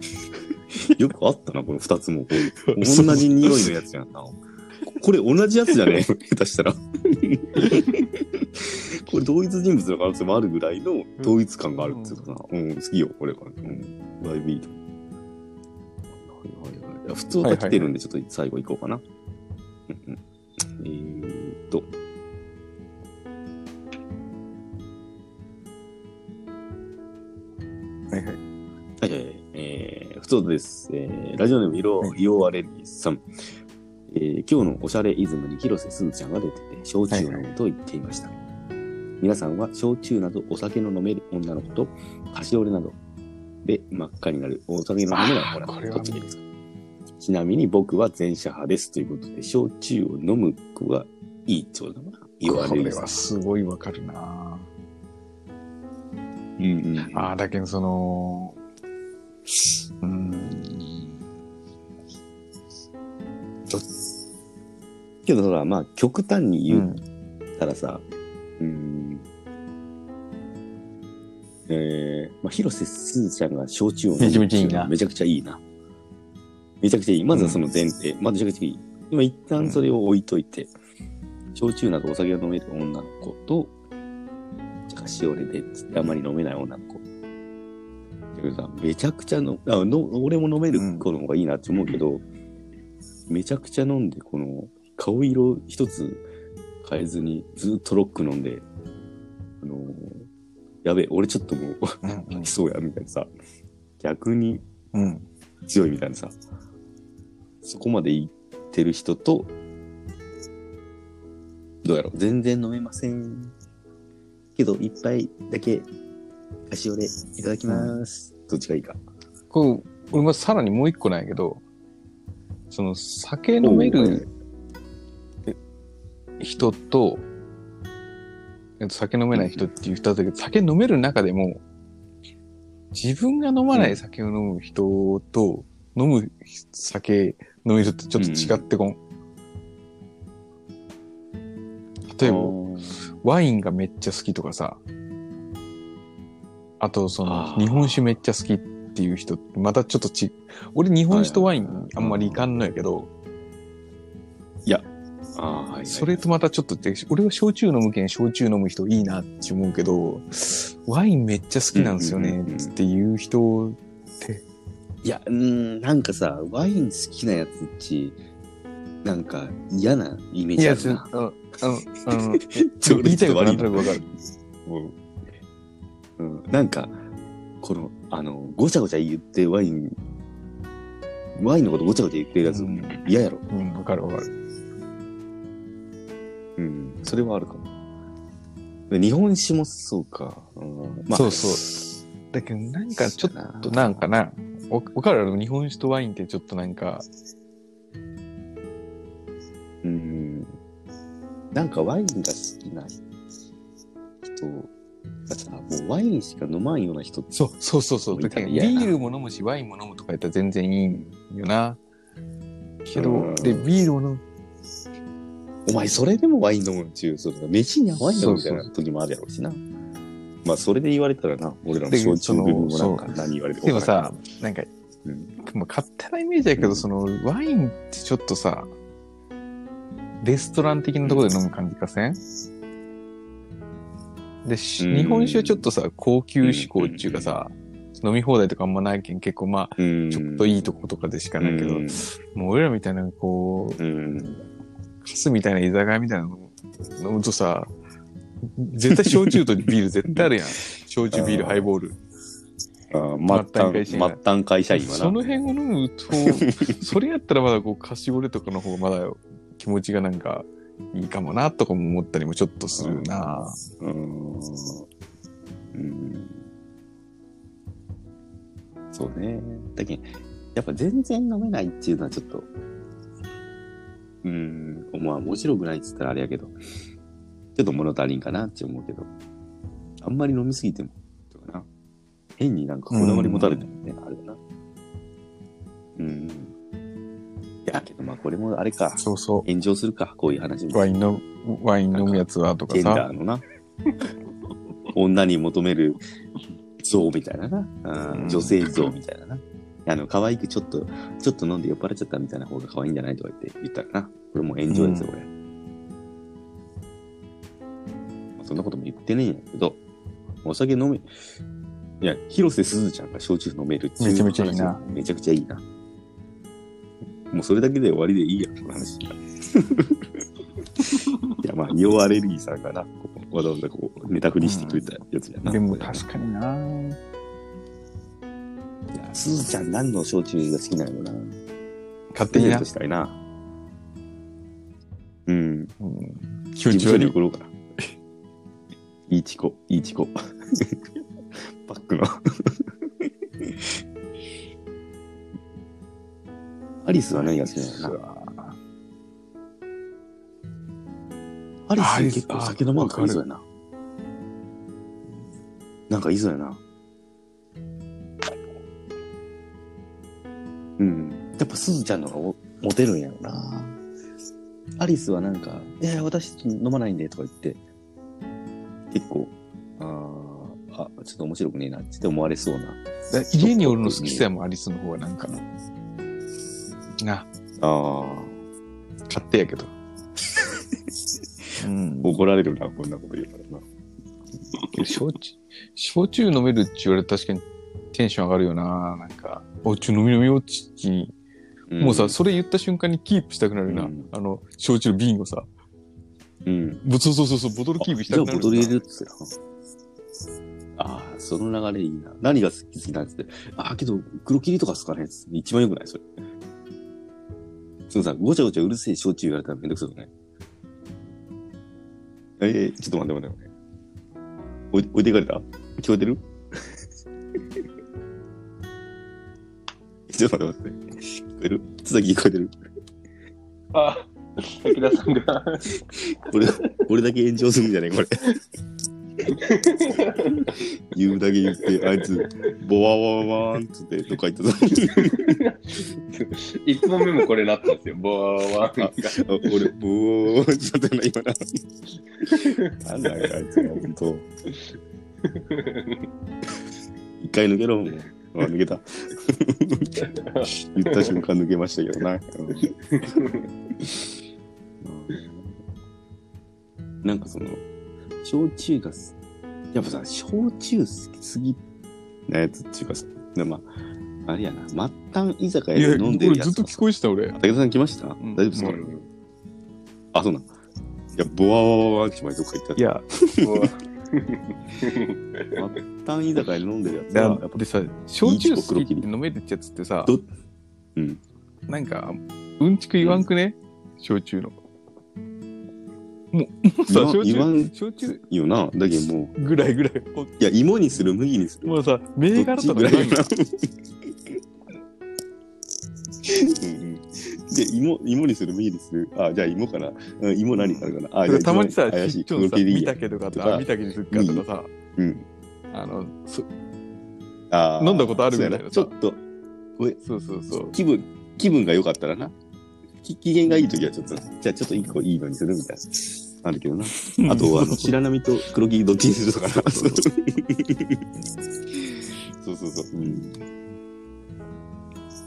Speaker 1: よくあったな、この二つも。こう
Speaker 2: う。
Speaker 1: 同じ匂いのやつやんな。これ同じやつじゃね下手したら。これ同一人物の可能性もあるぐらいの同一感があるっていうかな。うん、好きよ、これは。うん。だいぶいいと思う。はいはいはいいや。普通は来てるんで、ちょっと最後いこうかな。うんうんえーっと。
Speaker 2: う。はいはい。
Speaker 1: はいはいはい、えー、普通です。えー、ラジオネームいろ
Speaker 2: はい
Speaker 1: いおあれりさん。えー、今日のおしゃれイズムに広瀬すずちゃんが出てて、焼酎を飲むと言っていました。皆さんは焼酎などお酒の飲める女の子と、菓子折れなどで真っ赤になるお酒の飲めない女の
Speaker 2: あーこ
Speaker 1: 子
Speaker 2: れは
Speaker 1: どっちがいいですかちなみに僕は前者派ですということで、焼酎を飲む子がいいってことだな。いおあ
Speaker 2: こ
Speaker 1: れ
Speaker 2: れ
Speaker 1: りさん
Speaker 2: は。すごいわかるな。
Speaker 1: うんうんうん
Speaker 2: ああ、だけどその、うーん。
Speaker 1: けどほら、まあ極端に
Speaker 2: う、
Speaker 1: 言うんたらさ、うーん、えー、まあ、広瀬すずちゃんが焼酎を飲む
Speaker 2: めちゃめちゃいいな
Speaker 1: めちゃくちゃいいな。めちゃくちゃいい。まずはその前提。まあ、めちゃくちゃいい。今一旦それを置いといて、焼酎などお酒が飲める女の子と、菓子折れでっつってあんまり飲めない女の子。だけどさ、めちゃくちゃの、あの俺も飲める子の方がいいなって思うけど、めちゃくちゃ飲んで、この、顔色一つ変えずに、ずっとロック飲んで、あのーやべえ、俺ちょっともう、
Speaker 2: うん
Speaker 1: 吐きそうや、みたいなさ、逆に
Speaker 2: うん。うん。
Speaker 1: 強いみたいなさ、そこまでいってる人と、どうやろう、全然飲めません。けど、一杯だけ、菓子折れ、いただきます。どっちがいいか。
Speaker 2: こう、俺もさらにもう一個なんやけど、その、酒飲める人と、えっと酒飲めない人っていう人だけど、酒飲める中でも、自分が飲まない酒を飲む人と、飲む酒飲む人ってちょっと違ってこん。例えば、ワインがめっちゃ好きとかさ、あとそ
Speaker 1: あ
Speaker 2: の、
Speaker 1: ー
Speaker 2: 日本酒めっちゃ好きっていう人、またちょっとち、俺日本酒とワインあんまりいかんのやけど、
Speaker 1: ああ、はい、はい。
Speaker 2: それとまたちょっと違う、俺は焼酎飲むけん、焼酎飲む人いいなって思うけど、ワインめっちゃ好きなんですよ
Speaker 1: うん
Speaker 2: ね
Speaker 1: うんうんうん
Speaker 2: っていう人、
Speaker 1: いや、うーん、なんかさ、ワイン好きなやつっち、なんか嫌なイメー
Speaker 2: い
Speaker 1: ジあ
Speaker 2: や、
Speaker 1: る
Speaker 2: うん、
Speaker 1: な。
Speaker 2: うん、うん、
Speaker 1: ちょ
Speaker 2: 言いたいことなんと
Speaker 1: ちょ
Speaker 2: な
Speaker 1: っ
Speaker 2: くわかる。
Speaker 1: 悪いうん、なんか、この、あの、ごちゃごちゃ言ってワイン、ワインのことごちゃごちゃ言ってるやつ、
Speaker 2: うん
Speaker 1: 嫌やろ。
Speaker 2: うん、わかるわかる。
Speaker 1: うん、それはあるかも。日本酒もそうか。うん、
Speaker 2: そうそう。だけどなんかちょっと
Speaker 1: っ
Speaker 2: となんかな、おわかるあの日本酒とワインってちょっとなんか、
Speaker 1: うん。なんかワインが好きな人がさ、もうワインしか飲まんような人って
Speaker 2: そうそうそうそう。
Speaker 1: み
Speaker 2: だ
Speaker 1: た
Speaker 2: か
Speaker 1: い
Speaker 2: ら
Speaker 1: な
Speaker 2: ビールも飲むし、ワインも飲むとかやったら全然いいんよな。けど、
Speaker 1: うん
Speaker 2: で、ビールを飲む。
Speaker 1: お前それでもワイン飲むんちゅう、それ飯に合わんよみたいな時もあるやろうしな。まあそれで言われたらな、俺らの
Speaker 2: で
Speaker 1: 焼酎組も
Speaker 2: そ
Speaker 1: なん
Speaker 2: の
Speaker 1: か何言われても
Speaker 2: でもさ、なんか、
Speaker 1: うん
Speaker 2: まあ勝手なイメージだけど、
Speaker 1: うん
Speaker 2: その、ワインってちょっとさ、レストラン的なところで飲む感じかせん、で、し
Speaker 1: うん
Speaker 2: 日本酒はちょっとさ、高級志向っていうかさ、飲み放題とかあんまないけん、結構まあ、
Speaker 1: うん、
Speaker 2: ちょっといいとことかでしか
Speaker 1: か
Speaker 2: ないけど、
Speaker 1: うん
Speaker 2: もう俺らみたいな、こう、
Speaker 1: うん
Speaker 2: カスみたいな居酒屋みたいなの飲むとさ、絶対焼酎とビール絶対あ るやん。焼酎、ビール、ハイボール。
Speaker 1: あー末端、末端会社員はな。
Speaker 2: その辺を飲 むと、それやったらまだこう、カシオレとかの方がまだ気持ちがなんかいいかもなとかも思ったりもちょっとするな。
Speaker 1: うーんうんそうね。だけどやっぱ全然飲めないっていうのはちょっと、うーん、まあ面白くないっつったらあれやけど、ちょっと物足りんかなって思うけど、あんまり飲みすぎても、とかな。変になんかこだわり持たれてもね、あれだな。うん。いや、けどまあこれもあれか。
Speaker 2: そうそ
Speaker 1: 炎上するか、こういう話
Speaker 2: う。ワ
Speaker 1: も。
Speaker 2: インの、ワイン飲むやつはとか
Speaker 1: ジェン
Speaker 2: さ
Speaker 1: ダ。ーの な。女に求める像みたいなな。あー
Speaker 2: うん
Speaker 1: 女性像みたいなな。あの、可愛くちょっと、ちょっと飲んで酔っ払っちゃったみたいな方が可愛いんじゃないとか言って言ったらな。これもう炎上ですよ、これ。まあそんなことも言ってねえんやけど、お酒飲め、いや、広瀬すずちゃんが焼酎飲めるっていう
Speaker 2: めちゃめちゃいいな
Speaker 1: 話。めちゃくちゃいいな。もうそれだけで終わりでいいやん、この話。いや、まあ、尿アレルギーさんがな、こうわざわざこう、ネタ振りしてくれたやつやな。
Speaker 2: でも
Speaker 1: これ
Speaker 2: 確かにな。
Speaker 1: いやすずちゃん何の焼酎が好きなのかな。
Speaker 2: 勝
Speaker 1: プ
Speaker 2: 手に
Speaker 1: レゼン
Speaker 2: な
Speaker 1: ト。したいな。うん。
Speaker 2: うん。気
Speaker 1: 事
Speaker 2: 持
Speaker 1: 務
Speaker 2: ち
Speaker 1: 所
Speaker 2: 悪
Speaker 1: に
Speaker 2: い。
Speaker 1: 送ろうか な。いいチコ、いいチコ。 バック の。アリスは何が好きなのかなアリス結構酒飲まんからいいぞやな。なんかいいぞやな。うん。やっぱすずちゃんの方がモテるんやろな。アリスはなんか、いやいや、私飲まないんでとか言って、結構、あーあ、ちょっと面白くねえなって思われそうな。
Speaker 2: だ家におるの好きさえもアリスの方がなんかな。な、
Speaker 1: ああ。
Speaker 2: 勝手やけど。 うん。
Speaker 1: 怒られるな、こんなこと言うからな。
Speaker 2: 焼酎、焼酎飲めるって言われたら確かにテンション上がるよな。なんか、おちょ飲み飲みよっちに、もうさ、それ言った瞬間にキープしたくなるよな。
Speaker 1: うん
Speaker 2: あの、焼酎の瓶をさ、
Speaker 1: うん。
Speaker 2: ぶそうそうそうそう、ボトルキープし
Speaker 1: じ
Speaker 2: た
Speaker 1: ゃあ、
Speaker 2: くな
Speaker 1: ボ
Speaker 2: る。
Speaker 1: トル入れるっつってな。ああ、その流れいいな。何が好き好きなんつって。ああ、けど、黒霧とかっすかねっつって。一番良くないそれ。そのさ、ごちゃごちゃうるせえ焼酎言われたらめんどくさくないええちょっと待って待って待って。おい置いていかれた聞こえてる ちょっと待って待って。聞こえるつざき聞こえてる
Speaker 3: あ、武田さんが。
Speaker 1: 俺、俺だけ炎上するんじゃねえこれ。言うだけ言って、あいつ、ボワワワワーンっつって、どっか行ったぞ。
Speaker 3: 一本目もこれなったんですよ。ボワワーンが。
Speaker 1: あ俺、ボワワワーンっ つったな、今な。なんだよ、あいつは、ほんと。 一回抜けろ、もう。あ、抜けた。 言った瞬間抜けましたけどな。うん なんかその、焼酎がす、やっぱさ、焼酎好きすぎなやつっていうかさ、でまあ、あれやな、末端居酒
Speaker 2: いや、
Speaker 1: 屋で飲んでる
Speaker 2: 俺
Speaker 1: や
Speaker 2: ずっ
Speaker 1: つ
Speaker 2: と
Speaker 1: とか
Speaker 2: 聞
Speaker 1: さ。
Speaker 2: こえてた、俺。
Speaker 1: 武田さん来ました、
Speaker 2: ん
Speaker 1: 大丈夫ですか、
Speaker 2: うん
Speaker 1: あ、そうなん。いや、ボワワワワーって前どっか行った。
Speaker 2: いや、
Speaker 1: 末端居酒屋で飲んでるやつは、
Speaker 2: だ
Speaker 1: やっぱ
Speaker 2: でさ、焼酎好き
Speaker 1: 黒
Speaker 2: って
Speaker 1: 霧
Speaker 2: 飲めるってやつってさ
Speaker 1: ど、うん
Speaker 2: なんか、うんちく言わんくね、焼酎の。もう、もうさ、
Speaker 1: 言わん言わ
Speaker 2: 焼
Speaker 1: ん
Speaker 2: 酎、焼酎
Speaker 1: いいよな。だけどもう、
Speaker 2: ぐらいぐらい。ほ
Speaker 1: いや、芋にする、麦にする。
Speaker 2: もうさ、銘
Speaker 1: どっ
Speaker 2: 柄
Speaker 1: ち
Speaker 2: とか
Speaker 1: ぐら
Speaker 2: ないい
Speaker 1: かな。うんうんで、芋、芋にする、麦にする。あ、じゃあ芋かな。うん芋何かあるかな。あ、じゃあ
Speaker 2: たまにさ、
Speaker 1: 芋怪しい。
Speaker 2: ちょっ
Speaker 1: 黒
Speaker 2: とさ、
Speaker 1: 霧
Speaker 2: 見
Speaker 1: や
Speaker 2: たけどか
Speaker 1: と
Speaker 2: と
Speaker 1: か
Speaker 2: か、見たけどすっかとかさ、
Speaker 1: うん。
Speaker 2: あの、そ
Speaker 1: あー
Speaker 2: 飲んだことあるみたいな
Speaker 1: そうやちょっと、
Speaker 2: そうそうそう。
Speaker 1: 気分、気分が良かったらな。き機嫌がいいときはちょっと、じゃあちょっと一個いいのにするみたいな。あるけどな。あと、あの、白波と黒木どっちにするとか な。そうそうそうそう。うん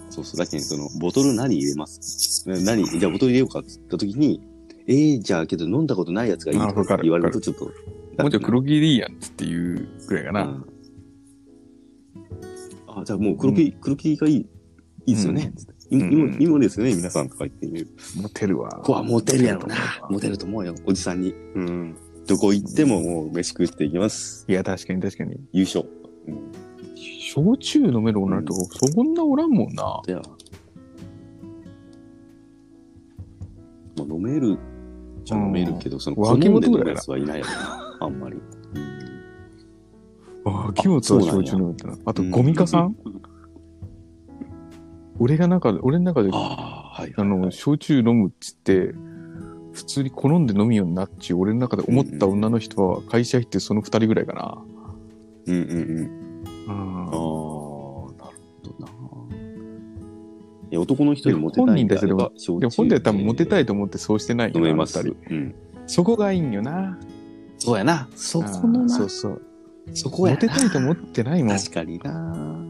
Speaker 1: そうそう。だけど、その、ボトル何入れますな何じゃあボトル入れようかって言ったときに、えー、じゃあけど飲んだことないやつがいい
Speaker 2: あ
Speaker 1: とか
Speaker 2: わか
Speaker 1: って
Speaker 2: る
Speaker 1: 言われるとちょっと。
Speaker 2: もうちょい黒切りやんっていうぐらいか
Speaker 1: う
Speaker 2: な。
Speaker 1: んあ、じゃあもう黒木、黒木がいい、いいですよね。つってい
Speaker 2: うん
Speaker 1: 今、今ですよね、皆さんとか言って言う。
Speaker 2: モテるわ。
Speaker 1: 子はモテるやろな。モテると思うよ、おじさんに。うん。どこ行っても、もう飯食っていきます。
Speaker 2: いや、確かに確かに。
Speaker 1: 優勝。
Speaker 2: 焼酎飲める女の子、そんなおらんもんな。
Speaker 1: では。まあ、飲めるじゃ飲めるけど、その、好んで
Speaker 2: 脇本
Speaker 1: 飲
Speaker 2: ぐらい
Speaker 1: むやつはいない よな。あんまり。
Speaker 2: ああ、気持ちは焼酎飲めてな。あと、ゴミカさん俺が中で、俺の中で、
Speaker 1: ああ、はい。
Speaker 2: あの、焼酎飲むっつって、普通に好んで飲むようになっちゅう、俺の中で思った女の人は、会社行ってその二人ぐらいかな。
Speaker 1: うんうんうん。
Speaker 2: うん
Speaker 1: ああ、なるほどな。いや男の人にモテ
Speaker 2: 本
Speaker 1: たい
Speaker 2: 人
Speaker 1: ん
Speaker 2: た
Speaker 1: だ
Speaker 2: ちでも
Speaker 1: 焼酎
Speaker 2: でも本では多分モテたいと思ってそうしてないよ
Speaker 1: 飲
Speaker 2: な
Speaker 1: めます。
Speaker 2: あの二人
Speaker 1: うん。
Speaker 2: そこがいいんよな。
Speaker 1: そうやな。そ
Speaker 2: うんそうそう。
Speaker 1: そこや
Speaker 2: モ
Speaker 1: な。
Speaker 2: テたいと思ってないもん。
Speaker 1: 確かにな。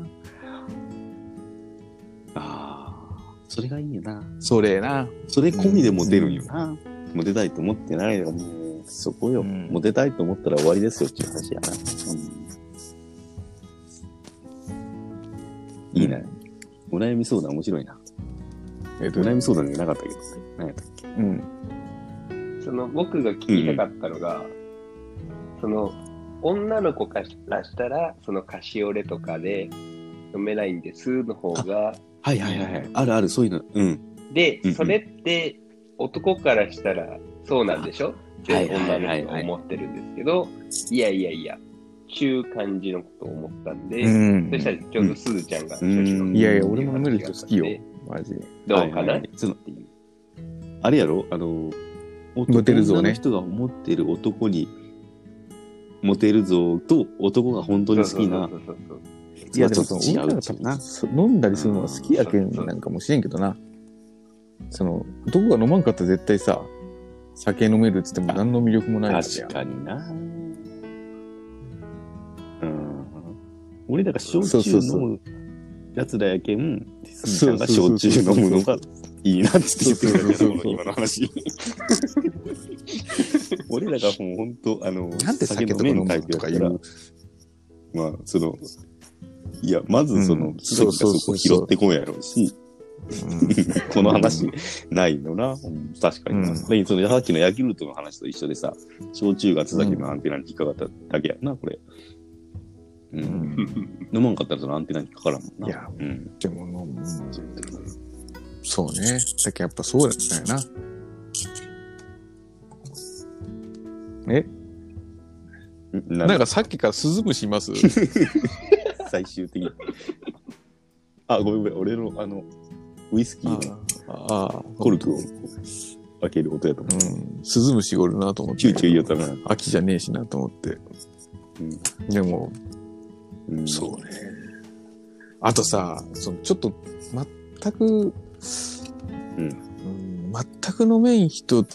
Speaker 1: ああ、それがいいよな。
Speaker 2: それな。
Speaker 1: それ込みでモテるんよな。モテたいと思ってないよ。もうそこよ、
Speaker 2: うん
Speaker 1: モテたいと思ったら終わりですよっていう話やな。うんいいな。お悩み相談面白いな。
Speaker 2: えっ
Speaker 1: お
Speaker 2: と
Speaker 1: 悩み相談じゃなかったけどね。何やったっけ
Speaker 2: うん。
Speaker 3: その僕が聞きたかったのが、その女の子からしたらそのカシオレとかで飲めないんですの方が
Speaker 1: はいはいはいはい。あるある、そういうの。うん。
Speaker 3: で
Speaker 1: うんうん
Speaker 3: それって男からしたらそうなんでしょって
Speaker 1: はいはいは
Speaker 3: 女
Speaker 1: いはい
Speaker 3: の子は思ってるんですけどいやいやいやちゅう感じのことを思ったんで、
Speaker 2: うん
Speaker 3: そしたらちょうどすずちゃんが、
Speaker 1: うん
Speaker 2: いやいや、俺も飲める人好きよ。マジで。
Speaker 3: どう
Speaker 1: はい
Speaker 3: かな、
Speaker 1: はいはいその
Speaker 3: っていう
Speaker 1: あれやろあの、男
Speaker 2: モテるぞね
Speaker 1: 女の人が思ってる男に、モテるぞと男が本当に好きな
Speaker 3: そうそうそうそう
Speaker 2: いや、でもその女が多分そ飲んだりするのが好きやけんなんかもしれんけどな。その、男が飲まんかったら絶対さ、酒飲めるっつっても何の魅力もないわけや
Speaker 1: 確かにな。うん。俺らが焼
Speaker 2: そう
Speaker 1: 酎
Speaker 2: そうそ
Speaker 1: 飲
Speaker 2: う
Speaker 1: むやつらやけん、
Speaker 2: う
Speaker 1: すずちゃんが焼酎飲むのがいいなって言ってるだけ
Speaker 2: そ
Speaker 1: だ
Speaker 2: うそう
Speaker 1: もん
Speaker 2: そう
Speaker 1: 今の話。俺らがもう本当、あの、
Speaker 2: なんで酒とか
Speaker 1: め
Speaker 2: 飲
Speaker 1: ん
Speaker 2: むのとか言
Speaker 1: タイ
Speaker 2: う。
Speaker 1: プやからまあ、その、いや、まずそうの
Speaker 2: ん、
Speaker 1: 木崎が
Speaker 2: そう
Speaker 1: そ
Speaker 2: そ
Speaker 1: こ
Speaker 2: うそう
Speaker 1: 拾ってこんやろうし、この話、ないのな、うん確かにな。
Speaker 2: うん
Speaker 1: でそのさっきのヤキルトの話と一緒でさ、焼酎が津崎のアンテナに引っかかっただけやな、これ。う。
Speaker 2: うんん。
Speaker 1: 飲まんかったらそのアンテナに引っかからんもんな。
Speaker 2: いや
Speaker 1: うん。
Speaker 2: でも飲む。そうね。だけどやっぱそうだったよな。
Speaker 1: な
Speaker 2: なん
Speaker 1: んか
Speaker 2: かさっきから鈴虫います
Speaker 1: 最終的に。 あ、ごめんごめん、俺のあの、ウイスキーの
Speaker 2: ああ。
Speaker 1: コルクを開ける音やと思う。
Speaker 2: うん。鈴虫おるなと思って。
Speaker 1: チューチュー言うたな。
Speaker 2: 秋じゃねえしなと思って。でも、
Speaker 1: うん
Speaker 2: そうね。あとさ、そのちょっと、全く、
Speaker 1: うん
Speaker 2: うん全く飲めん人っ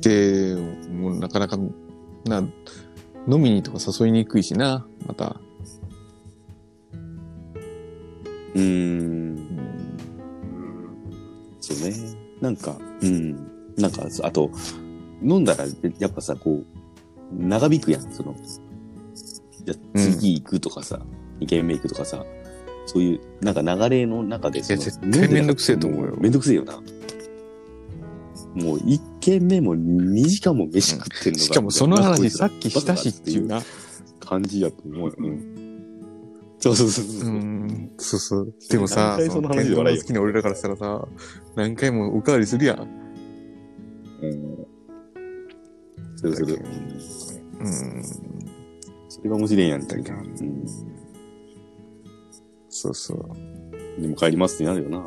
Speaker 2: て、もうなかなか、な、飲みにとか誘いにくいしな、また。
Speaker 1: う。うん
Speaker 2: う。ん
Speaker 1: そうね。なんか、うん。なんか、あと、飲んだら、やっぱさ、こう、長引くやん、その。じゃあ
Speaker 2: うん
Speaker 1: 次行くとかさ、二2軒目行くとかさ、そういう、なんか流れの中でその、
Speaker 2: いや絶
Speaker 1: 飲でた
Speaker 2: 対めんどくせえと思うよ
Speaker 1: もめんどくせえよな。もう、1軒目も2時間も飯食ってんのが、
Speaker 2: しかもその
Speaker 1: なんかこい
Speaker 2: 話
Speaker 1: つ
Speaker 2: さ
Speaker 1: ら
Speaker 2: っきしたしっていうな。
Speaker 1: 感じやと思うよ。うん。そうそうそうそうう。
Speaker 2: ん、そうそう。でもさ、
Speaker 1: 何回その話で
Speaker 2: 天丼
Speaker 1: 笑い
Speaker 2: の
Speaker 1: よ
Speaker 2: 好きな俺らからしたらさ、何回もおかわりするやん。
Speaker 1: うんそれそれ。うん
Speaker 2: うん。
Speaker 1: それが面白いやんみたいな。うん
Speaker 2: そうそう。
Speaker 1: でも帰りますってなるよな。い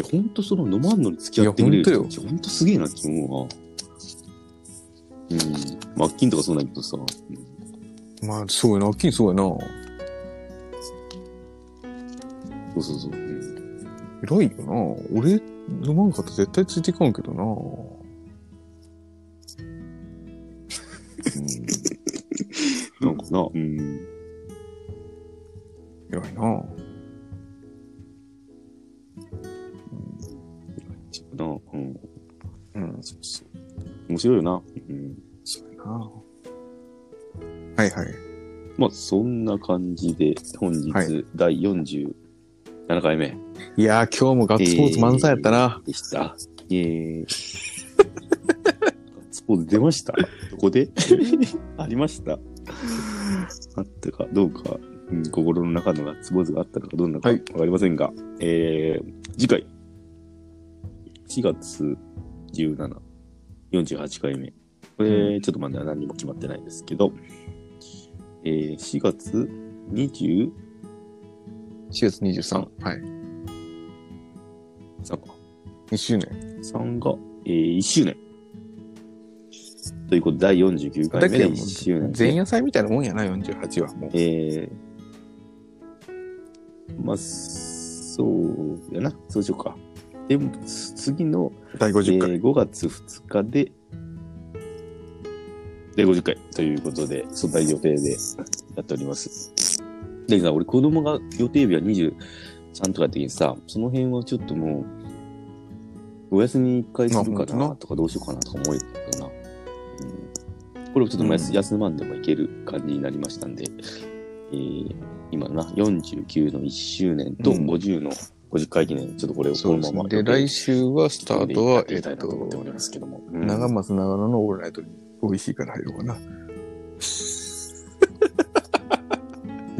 Speaker 1: や、ほんとその飲まんのに付き合ってくれる
Speaker 2: いやほんと
Speaker 1: 人ほんとすげえなって思うわ。うん。マッキンとかそうだけどさ。
Speaker 2: まあ、そうやな。秋にそうやな。
Speaker 1: そうそうそう。うん
Speaker 2: 偉いよな。俺、飲まんかったら絶対ついていかんけどな。うん
Speaker 1: なんかな。うん。
Speaker 2: 偉いな。
Speaker 1: なうん。
Speaker 2: うん、
Speaker 1: そうそう。面白いよな。うん。
Speaker 2: そうやな。はいはい。
Speaker 1: まあ、そんな感じで、本日
Speaker 2: はい、
Speaker 1: 第47回目
Speaker 2: いやー、今日もガッツポーズ満載やったな。
Speaker 1: でした。えー、 ガッツポーズ出ましたどこ でありましたあったかどうか、うん、心の中のガッツポーズがあったのかどうなのか
Speaker 2: は
Speaker 1: わ
Speaker 2: い
Speaker 1: かりませんが、えー、次回、4月17、48回目。これ、ちょっとまだ何も決まってないですけど、えー、4月20、
Speaker 2: 4月23。はい。
Speaker 1: なんか、
Speaker 2: 2周年。
Speaker 1: さんが、えー、1周年。ということで、第49回目で1周年
Speaker 2: 前
Speaker 1: で、
Speaker 2: 夜祭みたいなもんやな、48は。もう。
Speaker 1: えー、まあ、そうやな、そうしようか。でも、つ次の、
Speaker 2: 第
Speaker 1: え
Speaker 2: 50回。
Speaker 1: ー、5月2日で、で、50回ということで、そんな予定でやっております。でさ、俺子供が予定日は23とかやってきてさ、その辺はちょっともう、お休み一回する
Speaker 2: まあ
Speaker 1: か
Speaker 2: 本当な
Speaker 1: なとかどうしようかなとか思えたけどな。うん、これをちょっともう休,、
Speaker 2: うん
Speaker 1: 休まんでもいける感じになりましたんで、えー、今のな、49の1周年と
Speaker 2: うん
Speaker 1: 50の50回記念、ちょっとこれをこ
Speaker 2: そうで
Speaker 1: の
Speaker 2: す
Speaker 1: ま
Speaker 2: ね
Speaker 1: ま。
Speaker 2: で、
Speaker 1: 予定
Speaker 2: 来週はスタートは、え
Speaker 1: え
Speaker 2: っ
Speaker 1: っと、
Speaker 2: と、長
Speaker 1: 長
Speaker 2: 松長野のオールナイトに美味しいから入ろうかな。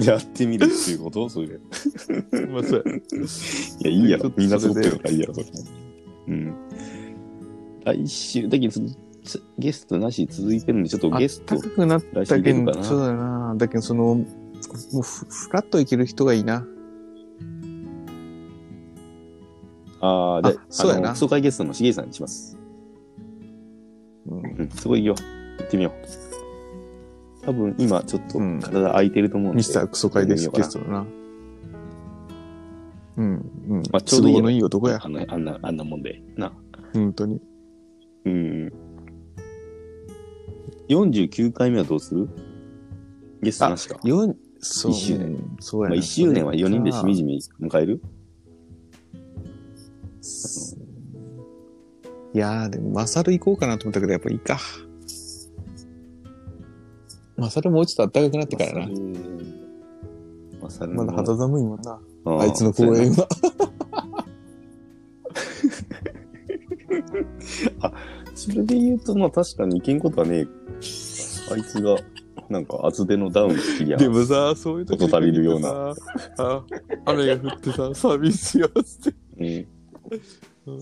Speaker 1: やってみるっていう ことそれで。
Speaker 2: まあ、そうや。
Speaker 1: いや、いいやろ。みんな
Speaker 2: そ
Speaker 1: 揃
Speaker 2: れ
Speaker 1: って
Speaker 2: で
Speaker 1: るからいいやろ、それ。うん。来週、だけどその、つゲストなし続いてるんで、ちょっとゲスト
Speaker 2: 高、くなっ
Speaker 1: 来
Speaker 2: た
Speaker 1: 週
Speaker 2: け
Speaker 1: 出るか
Speaker 2: ん、そう
Speaker 1: な。
Speaker 2: だな。だけど、その、もうふ、ふらっといける人がいいな。
Speaker 1: ああ、で
Speaker 2: あ、そうやな
Speaker 1: あの総会ゲストのしげさんにします。
Speaker 2: うん。
Speaker 1: うん、そこ行きよう。行ってみよう。多分、今、ちょっと
Speaker 2: うん
Speaker 1: 体空いてると思うんで。
Speaker 2: ミスタークソ会です、
Speaker 1: 行ってみ
Speaker 2: ゲ
Speaker 1: よう
Speaker 2: ス
Speaker 1: か
Speaker 2: トのな。うん、うん。
Speaker 1: まあちょうどいいやろ
Speaker 2: 都合のいい男や
Speaker 1: な。あの、あんな、あんなもんで。な。
Speaker 2: 本当に。
Speaker 1: うん。49回目はどうするゲストなしか。
Speaker 2: よんそう。
Speaker 1: 一周年
Speaker 2: うん。そうや
Speaker 1: まあ、
Speaker 2: な。
Speaker 1: 1周年は4人でしみ
Speaker 2: じ
Speaker 1: じみ迎える
Speaker 2: いやー、でも、マサル行こうかなと思ったけど、やっぱいいか。マサルもうちょっと暖かくなってからな。
Speaker 1: マサル
Speaker 2: まだ肌寒いもんな。
Speaker 1: あ
Speaker 2: あいつの公演は。
Speaker 1: それで言うと、まあ確かにいけんことはねえ。あいつが、なんか厚手のダウン着りゃ、
Speaker 2: でもさ、そういう時
Speaker 1: こと足りるような
Speaker 2: な。あ雨が降ってさ、寂しいよって。
Speaker 1: うん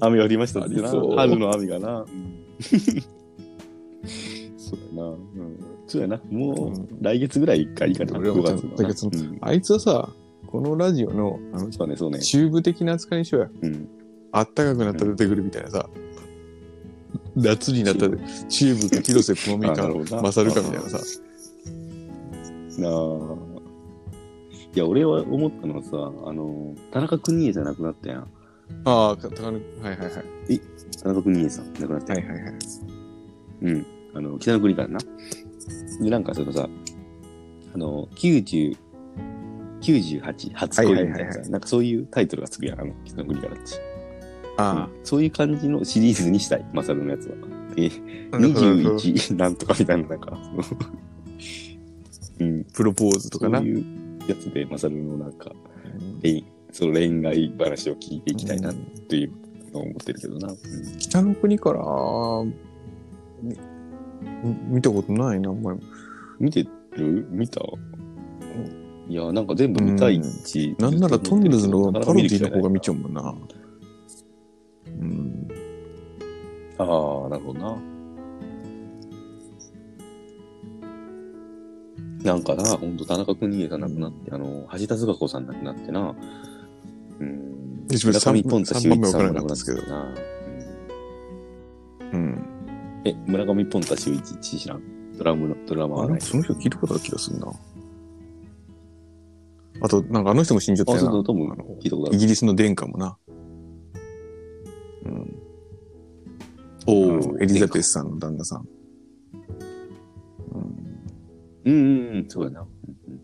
Speaker 1: 雨降りましたってな
Speaker 2: ありそう。
Speaker 1: 春の雨がな。 そうやな。うんそうやな。も
Speaker 2: う
Speaker 1: うん来月ぐらいかいいかな。
Speaker 2: 俺はもう
Speaker 1: 5月のな。
Speaker 2: 来月の
Speaker 1: うん
Speaker 2: あいつはさ、このラジオの、あの、
Speaker 1: そうね、そうね。
Speaker 2: チューブ的な扱いにしようや。
Speaker 1: うん
Speaker 2: あったかくなったら出てくるみたいなさ。夏になったら、チューブか広瀬プロミ
Speaker 1: あな
Speaker 2: か
Speaker 1: るほど、な
Speaker 2: マサルかみたいなさ。
Speaker 1: なあ。いや、俺は思ったのはさ、あの、田中邦衛じゃなくなったやん。
Speaker 2: ああ、か高野、はいはいはい。
Speaker 1: 田中邦衛さん、亡くなった
Speaker 2: は
Speaker 1: やん
Speaker 2: いはいはい。
Speaker 1: うん。あの、北の国からな。で、なんかそのさ、あの、90、98、初恋みたいなさ、
Speaker 2: はいはいはいは
Speaker 1: なんかそういうタイトルがつくやん、あの、北の国からって。
Speaker 2: あ
Speaker 1: うんそういう感じのシリーズにしたい、マサルのやつは。え、
Speaker 2: あ、 なるほどなるほど
Speaker 1: 21なんとかみたいな、なんか、 そのうん、
Speaker 2: プロポーズと
Speaker 1: そ
Speaker 2: か
Speaker 1: う
Speaker 2: な。
Speaker 1: いうやつで、マサルのなんか、恋その恋愛話を聞いていきたいな
Speaker 2: う
Speaker 1: っ
Speaker 2: ん
Speaker 1: ていうのを思ってるけどな。うん
Speaker 2: 北の国から、み見たことないな、お前。
Speaker 1: 見てる見たいや、なんか全部見たいし。
Speaker 2: なんならトンネルズの
Speaker 1: な
Speaker 2: パ
Speaker 1: かなか
Speaker 2: ロデ
Speaker 1: る
Speaker 2: ィ
Speaker 1: 機
Speaker 2: の
Speaker 1: 会ない
Speaker 2: 方が見ちゃうもんな。うん。
Speaker 1: ああ、なるほどな。なんかな、ほんと田中邦衛が亡くなって、あの、橋田壽賀子さん亡くなってな。うん。
Speaker 2: 自分
Speaker 1: 村上ポンタ秀一さんも
Speaker 2: 三番目分からな
Speaker 1: 亡
Speaker 2: か
Speaker 1: く
Speaker 2: った
Speaker 1: な
Speaker 2: で
Speaker 1: っ
Speaker 2: すけど
Speaker 1: てな。うん
Speaker 2: うん。
Speaker 1: え、村上ポンタ秀一知らんドラムの、ドラマ
Speaker 2: あ、
Speaker 1: は
Speaker 2: な
Speaker 1: なんい。
Speaker 2: かその人聞いたことある気がするな。あと、なんかあの人も死んじゃった
Speaker 1: あ、
Speaker 2: よ
Speaker 1: そう
Speaker 2: な
Speaker 1: だ、。トム
Speaker 2: あの
Speaker 1: 聞いたことあ
Speaker 2: イ
Speaker 1: る。
Speaker 2: ギリスの殿下もな。うん。
Speaker 1: お
Speaker 2: あのエリザベスさんの旦那さん。うん。
Speaker 1: うんうんうん、そうやな。うん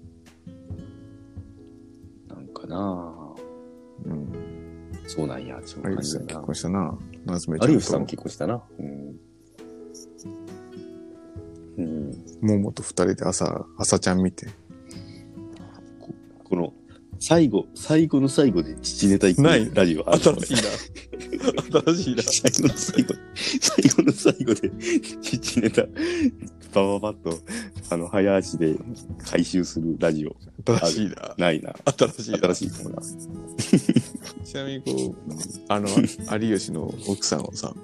Speaker 1: うん、なんかなあ
Speaker 2: うん。
Speaker 1: そうなんや、そう
Speaker 2: あ
Speaker 1: いう
Speaker 2: れで
Speaker 1: 感
Speaker 2: す
Speaker 1: じ
Speaker 2: ね、
Speaker 1: だ
Speaker 2: 結
Speaker 1: な。
Speaker 2: 婚したな。夏目ちゃ
Speaker 1: 有
Speaker 2: ん
Speaker 1: 吉さんも
Speaker 2: と
Speaker 1: 結婚したな。うん。うん。
Speaker 2: 桃と二人で朝、朝ちゃん見て、
Speaker 1: 最後、最後の最後で父ネタ行
Speaker 2: ない
Speaker 1: くラジオあるの
Speaker 2: 新しいな。新しいな。
Speaker 1: 最後の最後、最後の最後で、父ネタ、バババッと、あの、早足で回収するラジオ、
Speaker 2: 新しいな。
Speaker 1: ないな。
Speaker 2: 新しいな。
Speaker 1: 新しいかもな。
Speaker 2: ちなみにこう、あの、有吉の奥さんをさ、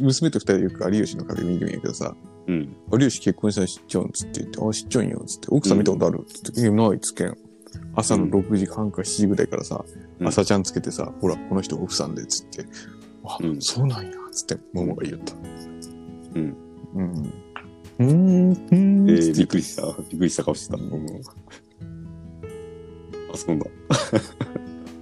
Speaker 2: 娘と二人でよく有吉の壁見るんやけどさ、
Speaker 1: うん。
Speaker 2: 有吉結婚したら知っちゃうんっつって言って、あ、知っちゃうんよっつって、奥さん見たことあるっつって、いやないっつけん。朝の
Speaker 1: うん
Speaker 2: 6時半か7時ぐらいからさ、
Speaker 1: うん
Speaker 2: 朝ちゃんつけてさ、ほら、この人奥さんでっつって、あ、
Speaker 1: うん
Speaker 2: そうなんやっつって、ママが言った。
Speaker 1: うん。
Speaker 2: うん。うーん、うーん、
Speaker 1: え
Speaker 2: つ
Speaker 1: ー、
Speaker 2: って
Speaker 1: びっくりした。びっくりした顔してた。うん。あ、そうなんだ。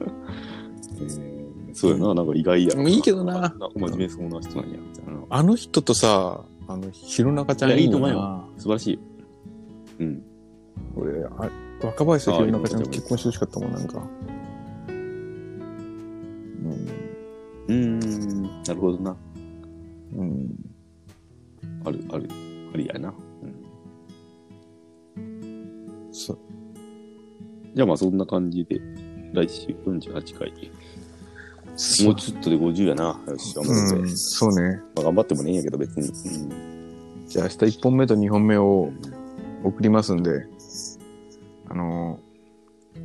Speaker 1: えー、そうやな。なんか意外や。
Speaker 2: もういいけどな
Speaker 1: あんお真面目そうな人なんや。みたいな。
Speaker 2: あの人とさ、あの、弘中ちゃんいいよ
Speaker 1: いやいいと
Speaker 2: な。
Speaker 1: 素晴らしい。うん。
Speaker 2: 俺、あ若林と弘中ちゃんと結婚してほしかったもん、なんか。
Speaker 1: うーん。なるほどな。
Speaker 2: うん。うん。
Speaker 1: ある、ある、ありやな。
Speaker 2: そう。
Speaker 1: じゃあまあそんな感じで、来週48回。もうちょっとで50やな。よし、頑張って、
Speaker 2: うん、そうね。
Speaker 1: まあ、頑張ってもねえんやけど別に。うん
Speaker 2: じゃあ明日1本目と2本目を送りますんで、あの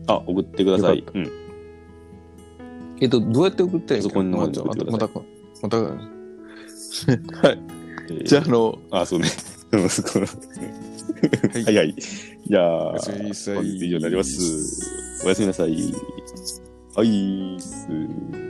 Speaker 1: あ、送ってください
Speaker 2: よ。
Speaker 1: うん。
Speaker 2: ーえっと、どうやって送ったらいいん
Speaker 1: パソ
Speaker 2: ですか
Speaker 1: コンの方に
Speaker 2: ま
Speaker 1: 送ってくだ
Speaker 2: た、
Speaker 1: さ
Speaker 2: また、また、はい。
Speaker 1: えー
Speaker 2: じゃあ、あ、の、
Speaker 1: あ、そうね。 うんそこ
Speaker 2: い
Speaker 1: はいはい。じゃあ、
Speaker 2: おやすみなさい
Speaker 1: 本日以上になります。おやすみなさい。はいっす。